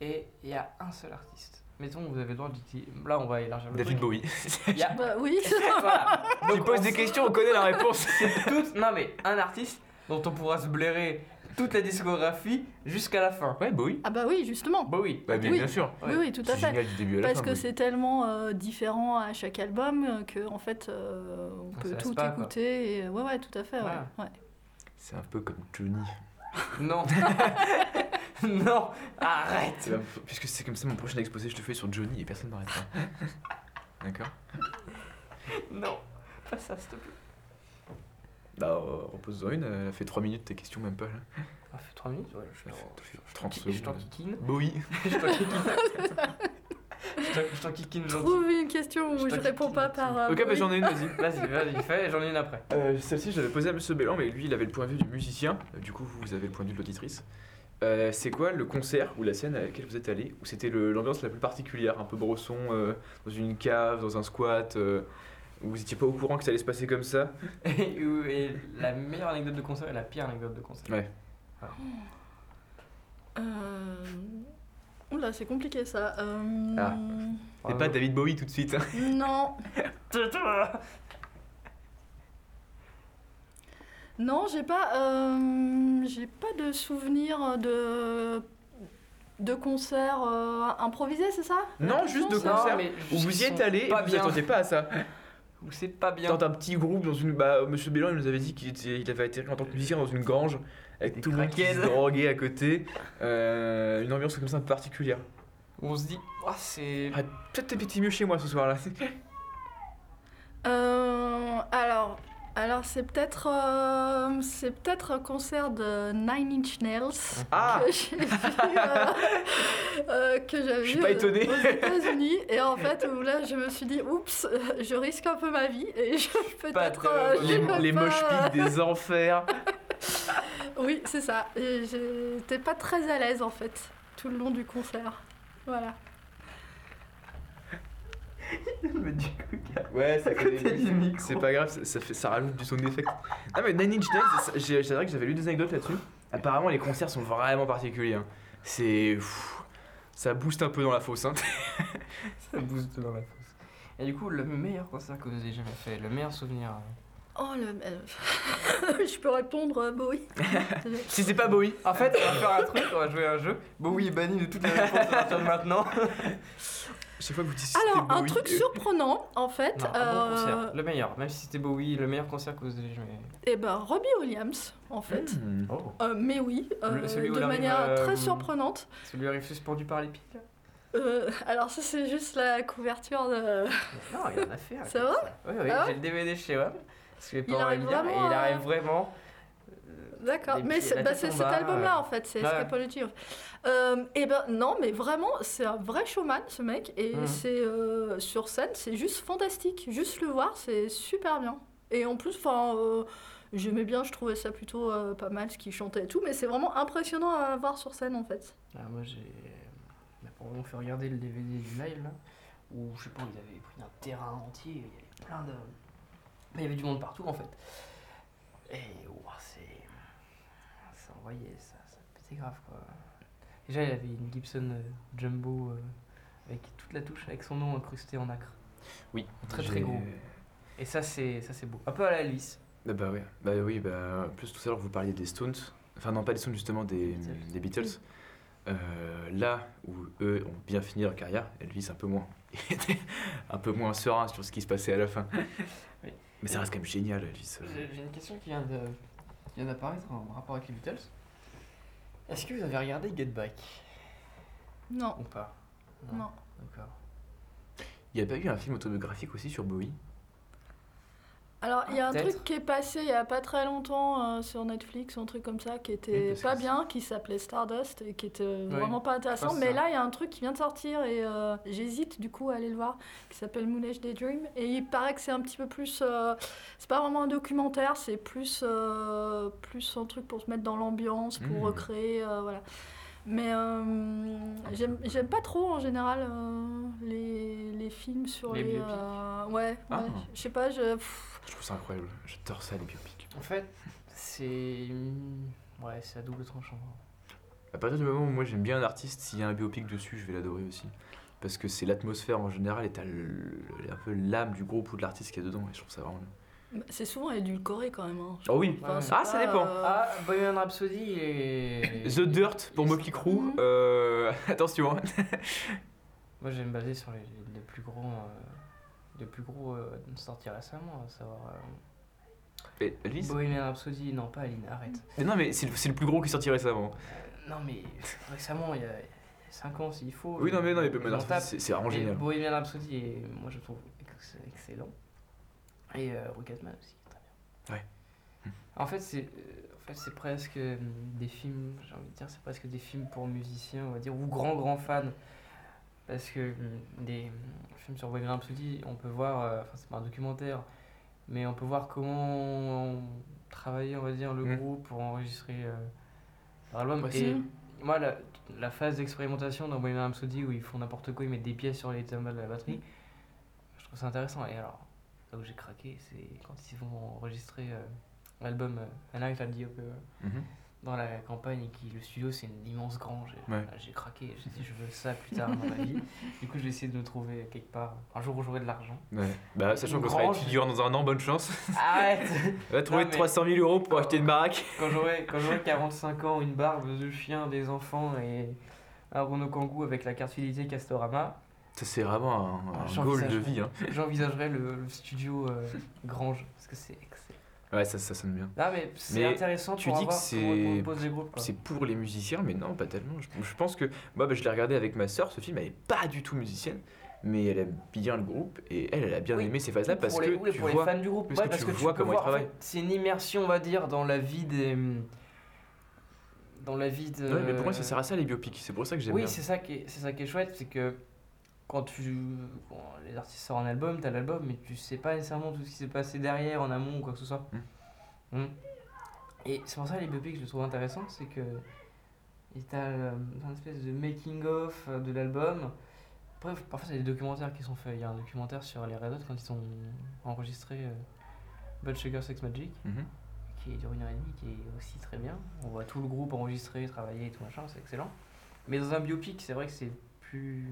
B: Et il y a un seul artiste. Mettons, vous avez le droit de dire. Là, on va élargir le
A: David
B: truc.
A: Bowie.
B: Il y a.
C: Bah oui.
B: Voilà.
A: tu poses des questions, on connaît la réponse.
B: Tout- Non, mais un artiste dont on pourra se blairer toute la discographie jusqu'à la fin.
A: ouais, Bowie.
C: Ah bah oui, justement.
B: Bah oui.
A: Bah, bien,
C: Oui.
A: bien sûr.
C: Oui, oui, tout à
A: C'est
C: fait.
A: génial du début à la
C: Parce
A: fin.
C: que
A: Bowie.
C: c'est tellement euh, différent à chaque album euh, que en fait euh, on
B: Ça
C: peut
B: lasse
C: tout
B: pas, quoi.
C: écouter. Et... Ouais, ouais, tout à fait. ouais,
B: Voilà.
C: ouais.
A: C'est un peu comme Johnny.
C: Ah,
B: Non. non. Arrête.
A: C'est la- Puisque c'est comme ça mon prochain exposé, je te fais sur Johnny et personne n'arrêtera. D'accord
B: Non. Pas ça, s'il te plaît.
A: Bah, euh, repose-en une, elle a fait 3 minutes tes questions, même pas là.
B: Ça Ah, fait 3 minutes Ouais, je
A: Elle a fait-
B: t'en-
A: elle a fait 30
B: je t'en
A: secondes.
B: kikine.
A: Bowie.
B: Je t'en kikine. Je t'en- Je t'en kikine gentil.
C: Trouve une question
B: Je
C: où je,
B: te
C: réponds
B: kikine
C: pas
B: là-dessus.
C: par. euh,
A: ok, bah
C: oui.
A: j'en ai une, vas-y.
B: Vas-y, vas-y, fais, j'en ai une après.
A: Euh, Celle-ci, j'avais posée à Monsieur Bélan, mais lui, il avait le point de vue du musicien. Euh, Du coup, vous avez le point de vue de l'auditrice. Euh, c'est quoi le concert ou la scène à laquelle vous êtes allé où c'était le- l'ambiance la plus particulière, un peu brosson, euh, dans une cave, dans un squat, euh, où vous étiez pas au courant que ça allait se passer comme ça
B: Et, et la meilleure anecdote de concert et la pire anecdote de concert.
A: Ouais.
C: Euh... Oula, c'est compliqué ça. Euh,
A: Ah. C'est pas David Bowie tout de suite. hein.
C: Non, non, j'ai pas, euh, j'ai pas de souvenir de de concert euh, improvisé, c'est ça La
A: Non,
C: question,
A: juste de
C: c'est-
A: concert.
B: mais
A: Où vous y êtes allé et
B: pas
A: vous
B: bien.
A: attendiez pas à ça.
B: Où c'est pas bien.
A: Dans un petit groupe, dans une. Bah, Monsieur Bélan, il nous avait dit qu'il était- il avait atterri en tant que musicien dans une gange, avec
B: Des
A: tout le monde qui se
B: craquettes.
A: droguait à côté. Euh, une ambiance comme ça particulière.
B: Où on se dit, ah c'est.
A: Ah, Peut-être t'es petit mieux chez moi ce soir-là.
C: Euh, alors, alors c'est peut-être, euh, c'est peut-être un concert de Nine Inch Nails
A: Ah
C: que j'ai vu, euh, euh, que j'avais
A: Je suis
C: vu
A: pas
C: aux-
A: étonné.
C: aux États-Unis. Et en fait, où là, je me suis dit, oups, euh, je risque un peu ma vie et je peut-être. euh,
B: terrible.
C: je
A: Les,
C: peux
A: les
C: pas,
A: mosh
C: euh,
A: pits des enfers.
C: Oui, c'est ça. Et j'étais pas très à l'aise en fait tout le long du concert. Voilà.
B: Mais du coup,
A: Ouais,
B: à côté du micro.
A: C'est pas grave, ça, ça fait, ça rajoute du son d'effet. Ah, mais Nine Inch Nails, ça- j'ai- c'est vrai que j'avais lu des anecdotes là-dessus. Apparemment, les concerts sont vraiment particuliers. hein. C'est. pff, Ça booste un peu dans la fosse. Hein.
B: ça booste dans la fosse. Et du coup, le meilleur concert que vous avez jamais fait, le meilleur souvenir. euh.
C: Oh le. euh, je peux répondre, euh, Bowie.
A: Si c'est pas Bowie.
B: En fait, on va faire un truc, on va jouer à un jeu. Bowie est banni de toutes les réponses à partir de maintenant.
A: Chaque fois que vous dites si
C: Alors,
A: c'était
C: un
A: Bowie,
C: truc
A: euh,
C: surprenant, en fait,
B: Non, un bon
C: euh,
B: concert, le meilleur, même si c'était Bowie, le meilleur concert que vous avez jamais.
C: eh ben, Robbie Williams, en fait.
A: hmm.
B: Oh.
C: Euh, mais oui, euh,
B: Le- celui où
C: de
B: il arrive,
C: manière
B: euh,
C: très surprenante.
B: Celui arrive suspendu par les pieds. là.
C: Euh, alors, ça, c'est juste la couverture de.
B: Non, il y en a fait. un
C: Ça va
B: comme Oui, oui,
C: Ah ouais
B: j'ai le DVD chez moi. Parce que mes
C: Il
B: parents
C: arrive
B: aiment bien, et
C: vraiment
B: il
C: à-
B: arrive vraiment. hein.
C: D'accord,
B: Les
C: mais
B: pieds, la
C: c'est bah,
B: tête
C: c'est
B: en
C: cet
B: bas,
C: album-là,
B: euh.
C: en fait, c'est
B: Ouais.
C: Escapology. Euh, et ben, non, mais vraiment, c'est un vrai showman, ce mec. Et
B: Mhm.
C: c'est euh, sur scène, c'est juste fantastique. Juste le voir, c'est super bien. Et en plus, enfin. euh, J'aimais bien, je trouvais ça plutôt euh, pas mal ce qu'il chantait et tout, mais c'est vraiment impressionnant à voir sur scène en fait.
B: Ah, moi, j'ai. On m'a probablement fait regarder le hein, DVD du live là. Où je sais pas, ils avaient pris un terrain entier, il y avait plein de. Mais il y avait du monde partout en fait. Et ouah, c'est. Ça envoyait, ça, ça pétait grave quoi. Déjà, il avait une Gibson euh, Jumbo euh, avec toute la touche, avec son nom incrusté en acre.
A: Oui.
B: Très,
A: j'ai-
B: très gros. Et ça, c'est ça c'est beau. Un peu à la Elvis.
A: Ah bah oui, bah oui, bah en plus tout à l'heure vous parliez des Stones, enfin non pas des Stones justement des
B: Beatles.
A: des Beatles. Euh, là où eux ont bien fini leur carrière, Elvis un peu moins, Il était un peu moins serein sur ce qui se passait à la fin.
B: Oui.
A: Mais ça reste quand même génial Elvis.
B: J'ai j'ai une question qui vient de qui vient d'apparaître en rapport avec les Beatles. Est-ce que vous avez regardé Get Back
C: Non,
B: ou pas
C: non.
B: D'accord.
A: Il n'y a pas eu un film autobiographique aussi sur Bowie
C: Alors, il y a un
B: Peut-être.
C: truc qui est passé il n'y a pas très longtemps euh, sur Netflix, un truc comme ça, qui
A: Oui,
C: était
A: parce
C: pas
A: que
C: bien, qui s'appelait Stardust et qui était vraiment pas intéressant.
B: pense
C: Mais
B: ça.
C: là, il y a un truc qui vient de sortir et euh, j'hésite du coup à aller le voir, qui s'appelle Moon Age Daydream. Et il paraît que c'est un petit peu plus. euh, c'est pas vraiment un documentaire, c'est plus, euh, plus un truc pour se mettre dans l'ambiance, pour
A: Mhm.
C: recréer. euh, voilà. Mais euh, j'aime j'aime pas trop en général euh, les, les films sur
B: Les
C: les.
B: biopics.
C: euh, ouais,
A: Ah.
C: ouais, je sais pas, je. pff,
A: Je trouve ça incroyable, j'adore ça les biopics.
B: En fait, c'est. Ouais, c'est à double tranchant.
A: À partir du moment où moi j'aime bien un artiste, s'il y a un biopic dessus, je vais l'adorer aussi. Parce que c'est l'atmosphère en général et t'as le- le- un peu l'âme du groupe ou de l'artiste qui est dedans et je trouve ça vraiment bien.
C: Bah, C'est souvent édulcoré quand même. hein.
A: Ah oui
B: Ouais.
C: c'est
A: Ah, ça
C: pas,
A: dépend.
C: euh,
B: Ah, Bohemian Rhapsody et.
A: The Dirt pour Motley Crue. Euh, attention. hein.
B: Moi, je vais me baser sur les, les plus gros. euh, les plus gros euh, sorties récemment, à savoir. euh,
A: Mais Elvis
B: Bohemian Rhapsody, non, pas Aline, arrête.
A: Mais Non, mais c'est le, c'est le plus gros qui est sorti récemment. Mm.
B: Non, mais récemment, il y a 5 ans, s'il faut.
A: Oui, non, mais non, mais
B: ils
A: Bohemian
B: en
A: Rhapsody,
B: tapent.
A: c'est- c'est vraiment
B: Mais
A: génial.
B: Bohemian Rhapsody, et moi je trouve ex- excellent. Et euh, Rocketman aussi, qui est très bien. Hm.
A: Ouais.
B: En fait, c'est euh, en fait, c'est presque euh, des films, j'ai envie de dire, c'est presque des films pour musiciens, on va dire, ou grands, grands fans. Parce que euh, des euh, films sur Bohemian Rhapsody, on peut voir, euh, enfin, c'est pas un documentaire, mais on peut voir comment travailler, on va dire, le
A: Mm.
B: groupe pour enregistrer euh, leur album.
A: Ouais,
B: Et-
C: c'est-
B: moi, la, la phase d'expérimentation dans Bohemian Rhapsody où ils font n'importe quoi, ils mettent des pièces sur les timbales de la batterie, je trouve ça intéressant. Et alors, là où j'ai craqué, c'est quand ils vont enregistrer euh, l'album euh, A Night at the Opera
A: Mhm.
B: dans la campagne et qui le studio c'est une immense grange. Et
A: Ouais.
B: là, J'ai craqué, j'ai dit je veux ça plus tard dans ma vie. Du coup, je vais essayer de le trouver quelque part un jour où j'aurai de l'argent.
A: Ouais. Bah, sachant
B: Une
A: qu'on sera
B: grange.
A: étudiant dans un an, bonne chance.
B: Arrête
A: On va trouver
B: mais-
A: 300 000 euros pour acheter une baraque.
B: Quand j'aurai quand j'aurai 45 ans, une barbe, deux chiens, des enfants et un Renault Kangoo avec la carte fidélité Castorama.
A: Ça, c'est vraiment un,
B: Ah,
A: un goal
B: j'envisage
A: de
B: pas.
A: vie. Hein.
B: J'envisagerais le, le studio euh, Grange parce que c'est excellent.
A: Ouais, ça, ça sonne bien.
B: Non mais c'est
A: Mais
B: intéressant
A: tu
B: pour
A: dis que
B: avoir
A: c'est-
B: comment on pose les groupes. Quoi.
A: C'est pour les musiciens, mais non, pas tellement. Je, je pense que moi, bah, je l'ai regardé avec ma sœur. Ce film, elle est pas du tout musicienne, mais elle aime bien le groupe et elle, elle a bien
B: Oui,
A: aimé ces phases-là parce
B: pour
A: que
B: les, oui,
A: tu
B: pour les
A: vois.
B: fans du groupe,
A: parce
B: ouais,
A: que
B: parce
A: tu
B: que
A: vois
B: peux
A: comment ils
B: voir, en
A: travaillent.
B: fait, c'est une immersion, on va dire, dans la vie des dans la vie de.
A: Ouais, mais pour moi, ça sert à ça les biopics. C'est pour ça que j'aime
B: euh, Oui,
A: bien.
B: c'est ça qui est, c'est ça qui est chouette, c'est que quand tu quand les artistes sortent un album, t'as l'album, mais tu sais pas nécessairement tout ce qui s'est passé derrière, en amont ou quoi que ce soit.
A: Hmm.
B: Mm. Et c'est pour ça les biopics, je le trouve intéressant, c'est que il t'as euh, un espèce de making of euh, de l'album. Après, parfois c'est des documentaires qui sont faits. Il y a un documentaire sur les Red Hot quand ils ont enregistré euh, Blood Sugar Sex Magic
A: Mhm.
B: qui dure une heure et demie, qui est aussi très bien. On voit tout le groupe enregistrer, travailler et tout machin, c'est excellent. Mais dans un biopic, c'est vrai que c'est plus.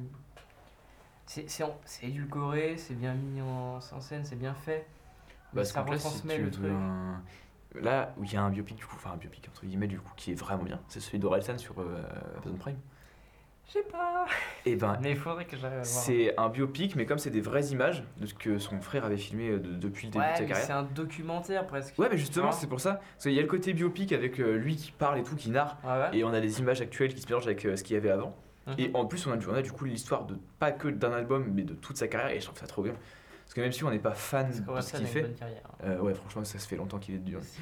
B: C'est c'est en- c'est édulcoré, c'est bien mis en, en scène, c'est bien fait. Mais
A: Parce
B: ça
A: qu'en fait, si
B: retransmet
A: tu
B: le
A: veux
B: truc.
A: un- Là où il y a un biopic, du coup, enfin un biopic entre guillemets, du coup, qui est vraiment bien, c'est celui d'Orelsan sur euh, Amazon Prime.
B: Je sais pas.
A: Et ben,
B: Mais il faudrait que j'arrive à le voir.
A: c'est un biopic, mais comme c'est des vraies images de ce que son frère avait filmé euh, de- depuis le début de
B: Ouais,
A: sa
B: mais c'est
A: carrière.
B: un documentaire presque.
A: Ouais, mais
B: tu
A: justement,
B: vois.
A: c'est pour ça. Parce qu'il y a le côté biopic avec euh, lui qui parle et tout, qui narre,
B: Ouais, ouais.
A: et on a les images actuelles qui se mélangent avec euh, ce qu'il y avait avant.
B: Mhm.
A: Et en plus, on a, du- on a du coup l'histoire de pas que d'un album, mais de toute sa carrière, et je trouve ça trop bien. Parce que même si on n'est pas fan
B: Parce qu'on
A: de
B: va
A: ce
B: faire une
A: qu'il fait,
B: bonne carrière. hein.
A: euh, ouais, franchement, ça se fait longtemps qu'il est dur.
B: C'est-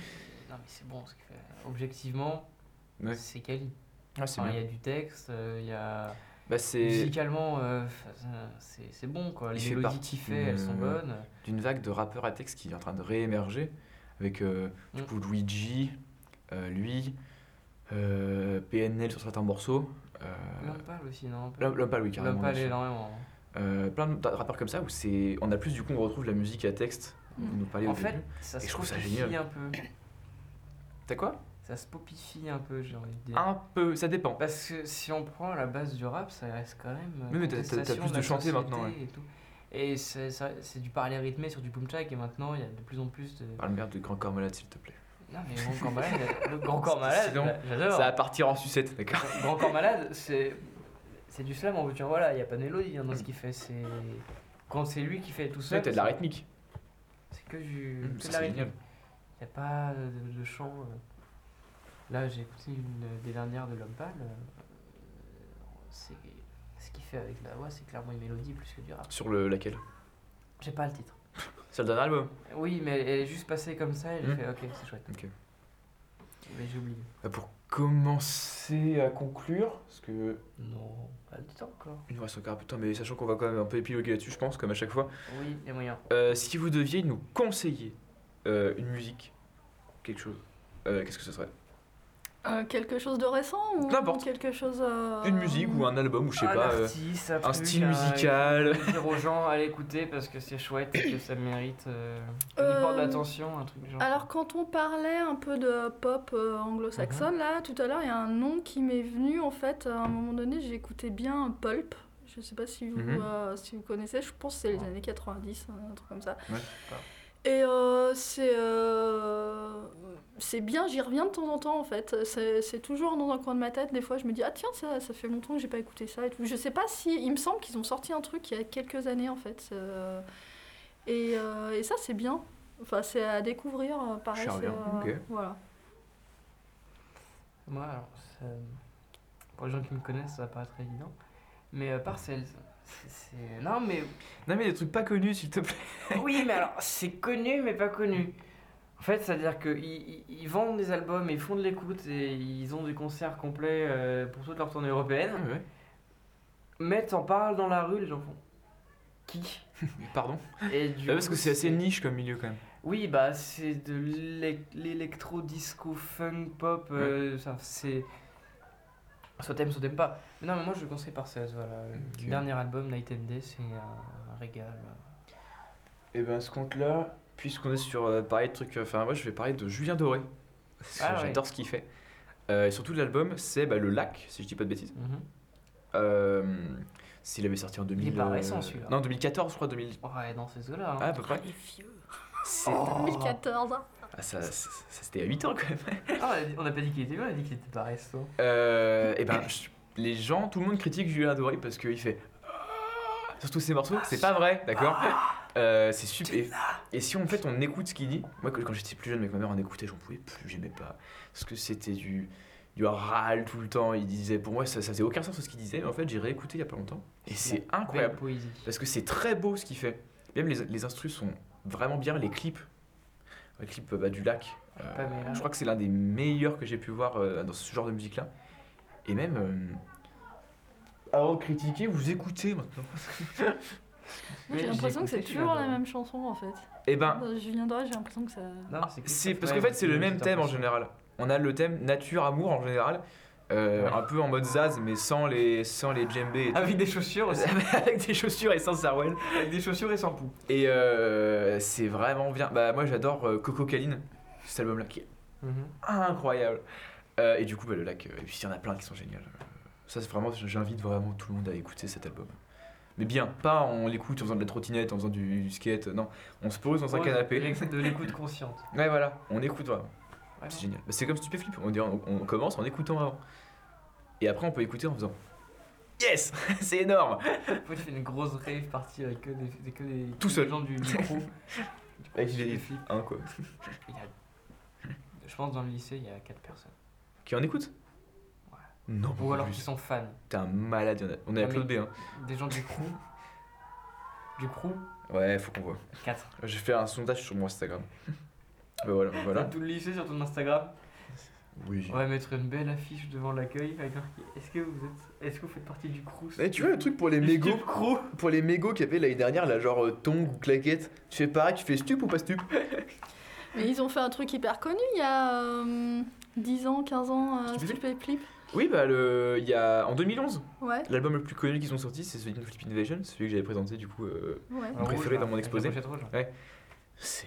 B: Non, mais c'est bon ce qu'il fait. Objectivement,
A: Ouais.
B: c'est quali.
A: Ouais, Ah, c'est
B: Enfin,
A: bien.
B: Il y a du texte, euh, il y a.
A: Bah, c'est.
B: Musicalement, euh, ça- c'est c'est bon quoi. Les
A: Il fait
B: mélodies
A: partie
B: qu'il fait, elles sont
A: d'une- euh,
B: bonnes.
A: d'une vague de rappeurs à texte qui est en train de réémerger avec euh, du
B: Mm.
A: coup Luigi, euh, lui, euh, PNL sur certains morceaux, euh,
B: Lampal aussi, non
A: L'homme l'homme pas lui carrément.
B: Lampal
A: bien sûr.
B: énormément.
A: Euh, plein de ta- rappeurs comme ça où c'est on a plus du coup on retrouve la musique à texte dont vous nous parliez
B: En
A: au
B: fait,
A: début.
B: ça
A: Et
B: se
A: je trouve ça
B: popifie
A: génial.
B: un peu.
A: T'as quoi
B: Ça se popifie un peu, j'ai envie de dire.
A: Un peu, ça dépend.
B: Parce que si on prend la base du rap, ça reste quand même. euh,
A: Oui, mais t'as- t'as- t'as
B: contestation
A: plus de
B: la
A: chanter
B: société
A: maintenant, ouais.
B: Et, tout. Et c'est ça- c'est du parler rythmé sur du boom-chak, et maintenant il y a de plus en plus de.
A: Parle merde du grand corps malade, s'il te plaît.
B: Non, mais Grand Corps Malade, le Grand Corps Malade,
A: Sinon,
B: j'a- j'adore.
A: Ça va partir en sucette, d'accord
B: Grand Corps Malade, c'est. C'est du slam en voiture, voilà, il n'y a pas de mélodie hein, dans ce qu'il fait. C'est. Quand c'est lui qui fait tout
A: Ouais,
B: seul.
A: T'as de la rythmique.
B: C'est que du.
A: Hum,
B: que
A: ça,
B: de la
A: c'est
B: rythme.
A: génial.
B: Y a pas de, de chant. euh. Là, j'ai écouté une euh, des dernières de L'Homme Pâle. euh, c'est ce qu'il fait avec la voix, c'est clairement une mélodie plus que du rap.
A: Sur le, laquelle
B: J'ai pas le titre.
A: C'est le dernier album
B: Oui, mais elle, elle est juste passée comme ça et j'ai
A: Hmm.
B: fait OK, c'est chouette.
A: Ok.
B: Mais j'ai oublié.
A: Bah, Pour commencer à conclure, parce que
B: Non, pas du temps encore.
A: il nous reste encore un peu de temps, mais sachant qu'on va quand même un peu épiloguer là-dessus, je pense, comme à chaque fois.
B: Oui, les moyens.
A: Euh, si vous deviez nous conseiller euh, une musique, quelque chose, euh, qu'est-ce que ce serait Ah.
C: Euh, quelque chose de récent ou
A: N'importe.
C: quelque chose. euh,
A: Une musique ou un album ou je sais
B: un
A: pas, euh,
B: artiste, un,
A: un
B: truc,
A: style
B: un-
A: musical.
B: faut dire aux gens à l'écouter parce que c'est chouette et que ça mérite euh, une
C: Euh,
B: porte d'attention, un truc du genre.
C: Alors quand on parlait un peu de pop euh, anglo-saxonne,
A: Mhm.
C: là, tout à l'heure, il y a un nom qui m'est venu, en fait, à un moment donné, j'écoutais bien Pulp. Je sais pas si vous,
A: Mhm.
C: euh, si vous connaissez, je pense que c'est les années 90, un truc comme ça.
A: Ouais,
C: Et euh, c'est euh, c'est bien, j'y reviens de temps en temps en fait. C'est c'est toujours dans un coin de ma tête. Des fois, je me dis ah tiens ça, ça fait longtemps que j'ai pas écouté ça et tout. Je sais pas si il me semble qu'ils ont sorti un truc il y a quelques années en fait. Euh, et, euh, et ça c'est bien. Enfin c'est à découvrir euh, pareil.
A: Je
C: c'est,
A: reviens,
C: euh,
A: ok.
C: Voilà.
B: Moi, alors, ça- pour les gens qui me connaissent, ça va paraître évident. Mais euh, Parcells, c'est- c'est. Non, mais.
A: Non mais des trucs pas connus, s'il te plaît.
B: Oui, mais alors, c'est connu, mais pas connu. En fait, c'est-à-dire qu'ils ils, ils vendent des albums, ils font de l'écoute et ils ont des concerts complets euh, pour toute leur tournée européenne.
A: Ben, ouais.
B: Mais t'en parles dans la rue, les gens font. Qui
A: Mais pardon.
B: et du
A: Ah, parce
B: coup,
A: que c'est assez niche comme milieu quand même.
B: Oui, bah, c'est de l'élec- l'électro-disco-funk-pop. euh, ça, c'est. Soit t'aimes, soit t'aimes pas. Mais non, mais moi je le conseille par 16. Voilà.
A: Ok.
B: Le dernier album, Night and Day, c'est un, un régal.
A: Et ben ce compte-là, puisqu'on est sur euh, pareil de trucs, euh, enfin moi je vais parler de Julien Doré. Parce que
B: Ah ouais.
A: J'adore ce qu'il fait. Euh, et surtout de l'album, c'est bah, Le Lac, si je dis pas de bêtises. Euh, S'il avait sorti en 2000.
B: Il est pas
A: euh,
B: récent, celui-là.
A: Non, 2014, je crois, 2000.
B: Ouais, dans ces eaux-là. hein.
A: Ah, à peu près.
C: Les vieux.
A: C'est-
B: Oh.
C: 2014. hein.
A: Ah, ça, ça- ça- ça, c'était à 8 ans quand même.
B: Ah, on a dit- on n'a pas dit qu'il était vieux, on a dit qu'il était pas récent.
A: Euh, et ben, je- les gens, tout le monde critique Julien Doré parce qu'il fait. ah, Surtout ses morceaux, c'est pas vrai, d'accord Euh, C'est super. Et, et si en fait on écoute ce qu'il dit, moi quand quand j'étais plus jeune avec ma mère, on écoutait, j'en pouvais plus, j'aimais pas. Parce que c'était du, du râle tout le temps, il disait, pour moi ça, ça faisait aucun sens ce qu'il disait, mais en fait j'ai réécouté il y a pas longtemps. Et c'est
B: Belle
A: incroyable.
B: poésie.
A: Parce que c'est très beau ce qu'il fait. Même les, les instrus sont vraiment bien, les clips. Les clips bah, du lac. euh,
B: Pas mal.
A: je crois que c'est l'un des meilleurs que j'ai pu voir euh, dans ce genre de musique-là. Et même. euh, avant de critiquer, vous écoutez maintenant.
B: Mais
C: J'ai l'impression
B: j'ai
C: que c'est
B: écouté, Ah.
C: toujours
B: j'ai
C: la
B: adoré.
C: même chanson en fait.
A: Eh ben,
C: Dans Julien Doré, j'ai l'impression que ça.
B: Non, Ah, c'est que
A: c'est
B: ça
A: parce
B: fait
A: qu'en fait, c'est le
B: une
A: même
B: petite
A: thème en
B: impression.
A: général. On a le thème nature, amour en général. euh,
B: Ouais. Ah
A: Un peu en mode Zaz, mais sans les, sans les djembés et tout.
B: Avec des chaussures aussi.
A: Avec des chaussures et sans sarouel.
B: Avec des chaussures et sans pouls.
A: Et euh, c'est vraiment bien. Bah, moi, j'adore euh, Coco Caline, cet album-là, qui est Mhm. incroyable. Euh, et du coup, bah, le lac, euh, et puis il y en a plein qui sont géniales. Euh, Ça, c'est vraiment, j'invite vraiment tout le monde à écouter cet album. Mais bien, pas on l'écoute en faisant de la trottinette, en faisant du, du skate, euh, non. On se pose dans un
B: Ouais,
A: canapé.
B: de l'écoute- De l'écoute consciente.
A: Ouais, voilà, on écoute vraiment.
B: Vraiment.
A: C'est génial. Bah, c'est comme Stupéflip, on, dirait- on, on commence en écoutant avant. Et après, on peut écouter en faisant Yes C'est énorme
B: Faut tu fais une grosse rave partie avec que des, des- que des,
A: Tout
B: des
A: seul.
B: gens du micro.
A: Avec
B: des
A: des-
B: flics.
A: Hein, quoi.
B: Il y a- Je pense dans le lycée, il y a 4 personnes.
A: Qui en écoute
B: Ouais.
A: Non,
B: Ou alors
A: plus.
B: qui sont fans.
A: T'es un malade, y'en a- on est à
B: Ah,
A: Claude B.
B: mais-
A: Hein.
B: Des gens du crew. Du crew,
A: Ouais, faut qu'on voit.
B: 4.
A: J'ai fait un sondage sur mon Instagram. Bah, voilà, voilà.
B: Tout le lycée sur ton Instagram.
A: Oui.
B: On va mettre une belle affiche devant l'accueil avec marqué Est-ce que vous êtes. Est-ce que vous faites partie du crew
A: Eh, tu vois le truc pour les
B: Du
A: mégots
B: crew
A: Pour les mégots qu'il y avait l'année dernière, là, genre euh, tongs ou claquettes, tu fais pareil, tu fais stup ou pas stup
C: Mais ils ont fait un truc hyper connu il y a euh, 10 ans, 15 ans. Euh,
A: Stupid
C: Stupid Flip.
A: Oui, bah, le... il y a... en 2011,
C: Ouais,
A: l'album le plus connu qu'ils ont sorti, c'est celui de Flip Invasion, celui que j'avais présenté du coup. euh,
C: ouais.
A: préféré dans mon exposé. c'est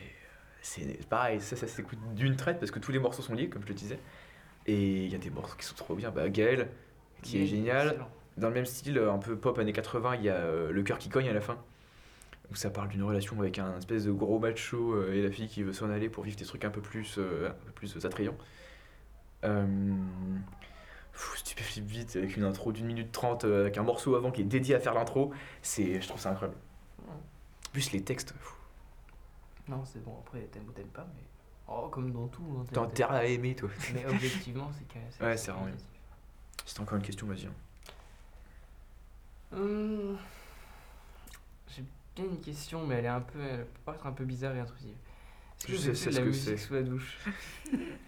A: c'est pareil, ça, ça s'écoute d'une traite parce que tous les morceaux sont liés, comme je le disais. Et il y a des morceaux qui sont trop bien. Bah, Gaël, qui est génial.
B: Excellent.
A: Dans le même style, euh, un peu pop années 80, il y a euh, Le cœur qui cogne à la fin. Où ça parle d'une relation avec un espèce de gros macho euh, et la fille qui veut s'en aller pour vivre des trucs un peu plus, euh, un peu plus attrayants. Euh... pff, Stupéflip vite avec une intro d'une minute trente euh, avec un morceau avant qui est dédié à faire l'intro. C'est, je trouve ça incroyable.
B: Ouais.
A: En Plus les textes. pff,
B: Non, c'est bon, après, t'aimes ou t'aimes pas, mais. Oh, comme dans tout. hein,
A: T'as
B: t'aimes ou t'aimes
A: intérêt à aimer toi.
B: pas. Mais objectivement, c'est quand même.
A: Ouais, c'est vraiment Si t'as encore une question, vas-y. hein.
B: Hum, J'ai bien une question, mais elle est un peu. Elle peut paraître un peu bizarre et intrusive. Est-ce que
A: Je
B: vous
A: sais-
B: écoutez
A: sais
B: de
A: ce
B: la
A: que
B: musique
A: c'est.
B: sous la douche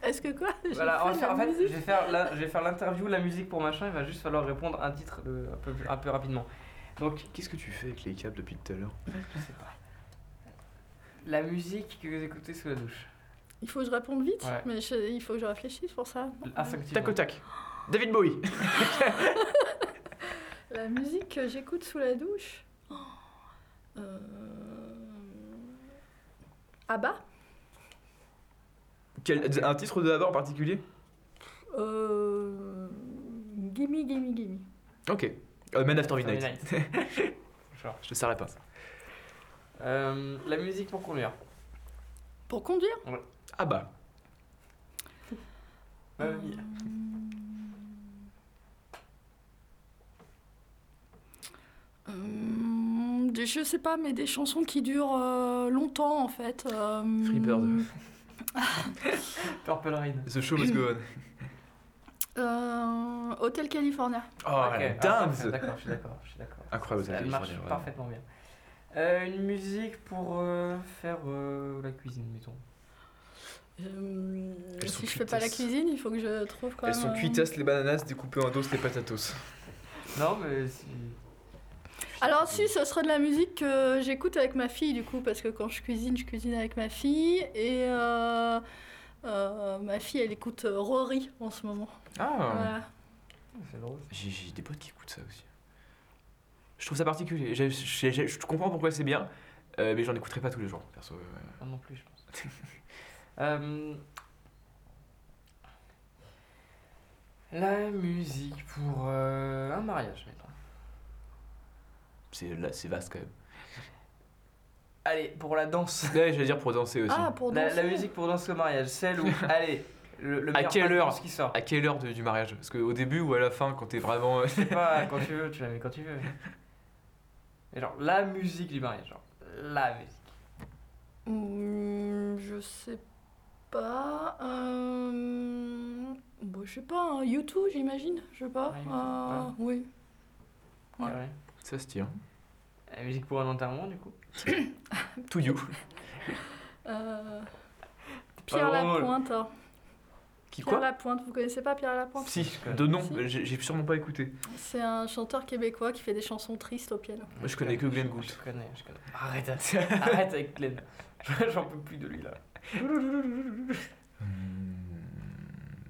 C: Est-ce que quoi J'ai
B: Voilà, on va
C: fait
B: faire- en
C: la
B: fait, je
C: musique.
B: vais faire la- je vais faire l'interview, la musique pour machin, il va juste falloir répondre un titre euh, un, peu, un peu rapidement. Donc,
A: Qu'est-ce que tu fais avec les câbles depuis tout à l'heure
B: je sais pas. La musique que vous écoutez sous la douche.
C: Il faut que je réponde vite,
B: Ouais.
C: mais je- il faut que je réfléchisse pour ça.
B: Instinctivement.
A: Tac au tac. David Bowie.
C: La musique que j'écoute sous la douche. Oh. Euh... Abba
A: Quel- un titre de là-bas en particulier
C: euh... Gimme, gimme, gimme.
A: Ok. Euh, Man After
B: After
A: Midnight.
B: Midnight. Genre.
A: Je te sers la pince.
B: Euh, la musique pour conduire.
C: Pour conduire
A: Ah bah.
B: Euh,
C: Hum, des- je sais pas, mais des chansons qui durent euh, longtemps en fait. Euh,
A: Free Bird.
B: Purple Rain.
A: The show must go on.
C: euh, Hotel California.
A: Oh,
B: Ok,
A: la
B: ah,
A: dame
B: parfait, D'accord, je suis d'accord, je suis d'accord.
A: Incroyable, ça
B: Elle marche
A: Californien, ouais.
B: parfaitement bien. Euh, une musique pour euh, faire euh, la cuisine, mettons.
C: Hum,
A: Elles sont
C: si je fais pas la
A: cuitasses.
C: cuisine, il faut que je trouve quand
A: Elles
C: même,
A: sont
C: euh,
A: cuitasses, les bananas, découpées en dos, les patatos.
B: Non, mais si.
C: Alors si, ce serait de la musique que j'écoute avec ma fille du coup, parce que quand je cuisine, je cuisine avec ma fille et euh, euh, ma fille, elle écoute euh, Rory en ce moment.
A: Ah.
C: Voilà.
B: C'est drôle.
A: J'ai- J'ai des potes qui écoutent ça aussi. Je trouve ça particulier. J'ai- j'ai- j'ai- Je comprends pourquoi c'est bien, euh, mais j'en écouterai pas tous les jours, perso. euh.
B: Moi non plus, je pense. Euh, la musique pour euh, un mariage, mettons.
A: C'est là, c'est vaste quand même.
B: Allez, pour la danse.
A: Ouais, j'allais dire pour danser aussi.
C: Ah pour
B: La,
C: danser.
B: la musique pour danser au mariage, celle où. allez, le, le
A: À
B: meilleur
A: quelle
B: pas de
A: heure
B: danse qui sort.
A: À quelle heure de- du mariage Parce qu'au début ou à la fin, quand t'es vraiment. euh,
B: sais pas, quand tu veux, tu la mets quand tu veux. Mais genre, la musique du mariage, genre, la musique.
C: Hmm, je sais pas. Euh... Bon, je sais pas, hein, YouTube, j'imagine. Je sais pas.
B: Ouais,
C: euh, Oui. Ouais.
B: Ah ouais.
A: Ça se tient.
B: La musique pour un enterrement, du coup.
A: To you.
C: Euh, Pierre
B: Pas drôle.
C: Lapointe. hein.
A: Qui
C: Pierre
A: quoi
C: Lapointe, vous connaissez pas Pierre Lapointe
A: Si, de nom,
C: Si.
A: j'ai j'ai sûrement pas écouté.
C: C'est un chanteur québécois qui fait des chansons tristes au piano.
A: Moi, je connais que Glenn Gould.
B: Je connais, je connais. Arrête, arrête avec Glenn. J'en peux plus de lui, là.
A: Hmm.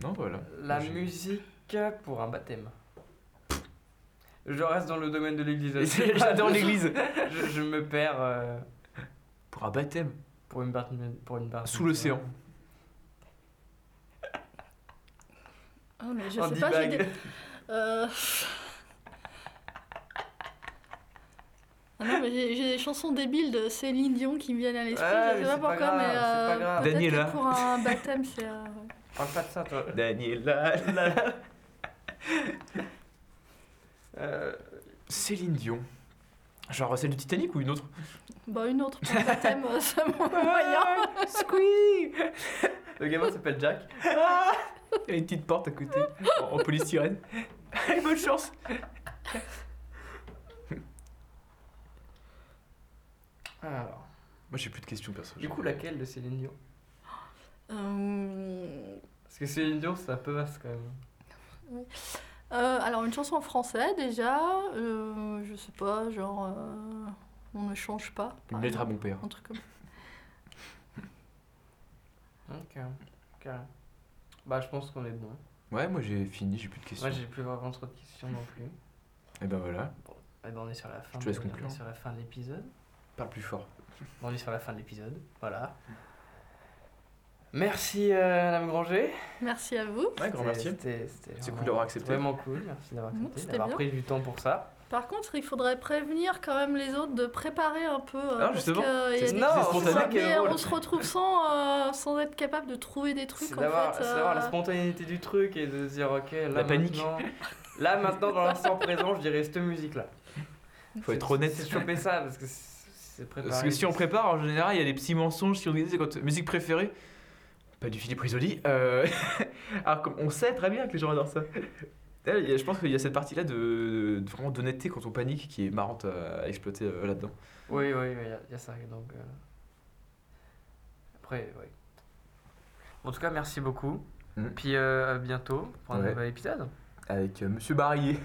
A: Non, voilà.
B: La
A: J'ai-
B: musique pour un baptême. Je reste dans le domaine de l'église.
A: J'adore l'église.
B: Je, je me perds euh,
A: Pour un baptême
B: pour une partie. Pour une partie
A: sous l'océan.
C: Ah, mais je
B: En
C: sais pas, j'ai
B: D-bag.
C: des- Euh, Ah non, mais j'ai j'ai des chansons débiles de Céline Dion qui me viennent à l'esprit,
B: Ouais,
C: je
B: mais
C: sais pas
B: c'est pas
C: pourquoi,
B: grave,
C: mais
B: c'est
C: euh,
B: pas grave.
C: peut-être que
A: Daniela.
C: pour un baptême, c'est... euh,
B: Parle pas de ça, toi.
A: Daniela.
B: Euh,
A: Céline Dion. Genre celle du Titanic ou une autre
C: Bon, bah, une autre pour le baptême, euh, c'est mon moyen.
B: Squeak Le gamin s'appelle Jack.
A: Il y a une petite porte à côté en, en polystyrène. Allez, bonne chance
B: Alors,
A: Moi j'ai plus de questions perso.
B: du coup, laquelle de Céline Dion
C: Euh,
B: Parce que Céline Dion, c'est un peu vaste quand même.
C: euh, alors, une chanson en français, déjà. euh, je sais pas, genre... euh, on ne change pas.
A: Une
C: par
A: lettre à
C: exemple,
A: mon père.
C: Un truc comme
B: Ok, ok. Bah, je pense qu'on est bon.
A: Ouais, moi j'ai fini, j'ai plus de questions.
B: Moi, j'ai plus vraiment trop de questions non plus.
A: Et ben voilà,
B: Eh ben, on est sur la fin.
A: Je te laisse
B: de- on est
A: conclure.
B: sur la fin de l'épisode.
A: parle plus fort.
B: On est sur la fin de l'épisode. Voilà. Merci, euh, Madame Granger.
C: Merci à vous.
A: Ouais, grand merci.
B: C'était c'était
A: C'est cool
B: vraiment-
A: d'avoir accepté.
B: Vraiment cool. Merci d'avoir
C: Mmh,
B: accepté,
C: c'était
B: d'avoir
C: bien.
B: pris du temps pour ça.
C: Par contre, il faudrait prévenir quand même les autres de préparer un peu. euh,
A: Ah,
C: parce
A: justement.
C: que, euh, il y a
A: C'est-
C: des-
A: non,
B: c'est
A: spontané.
B: ça qui est
C: Mais
B: drôle.
C: on se retrouve sans, euh, sans être capable de trouver des trucs
B: C'est
C: en
B: d'avoir
C: fait.
B: c'est d'avoir la
C: euh,
B: spontanéité du truc et de se dire ok là
A: La panique.
B: maintenant là maintenant dans l'instant présent je dirais cette musique là
A: Faut être honnête.
B: c'est choper ça parce que c'est c'est préparé
A: Parce que si on prépare, en général, il y a des petits mensonges qui ont dit c'est quand musique préférée. Pas du Philippe Risoli. euh, Alors comme on sait très bien que les gens adorent ça. Là, il y a- Je pense qu'il y a cette partie-là de, de- vraiment d'honnêteté quand on panique qui est marrante à exploiter euh, là-dedans.
B: oui oui il y, a- y a ça et donc euh, après oui en tout cas merci beaucoup
A: Mm.
B: puis euh, à bientôt pour un
A: Ouais.
B: nouvel épisode
A: Avec euh, Monsieur Barrier.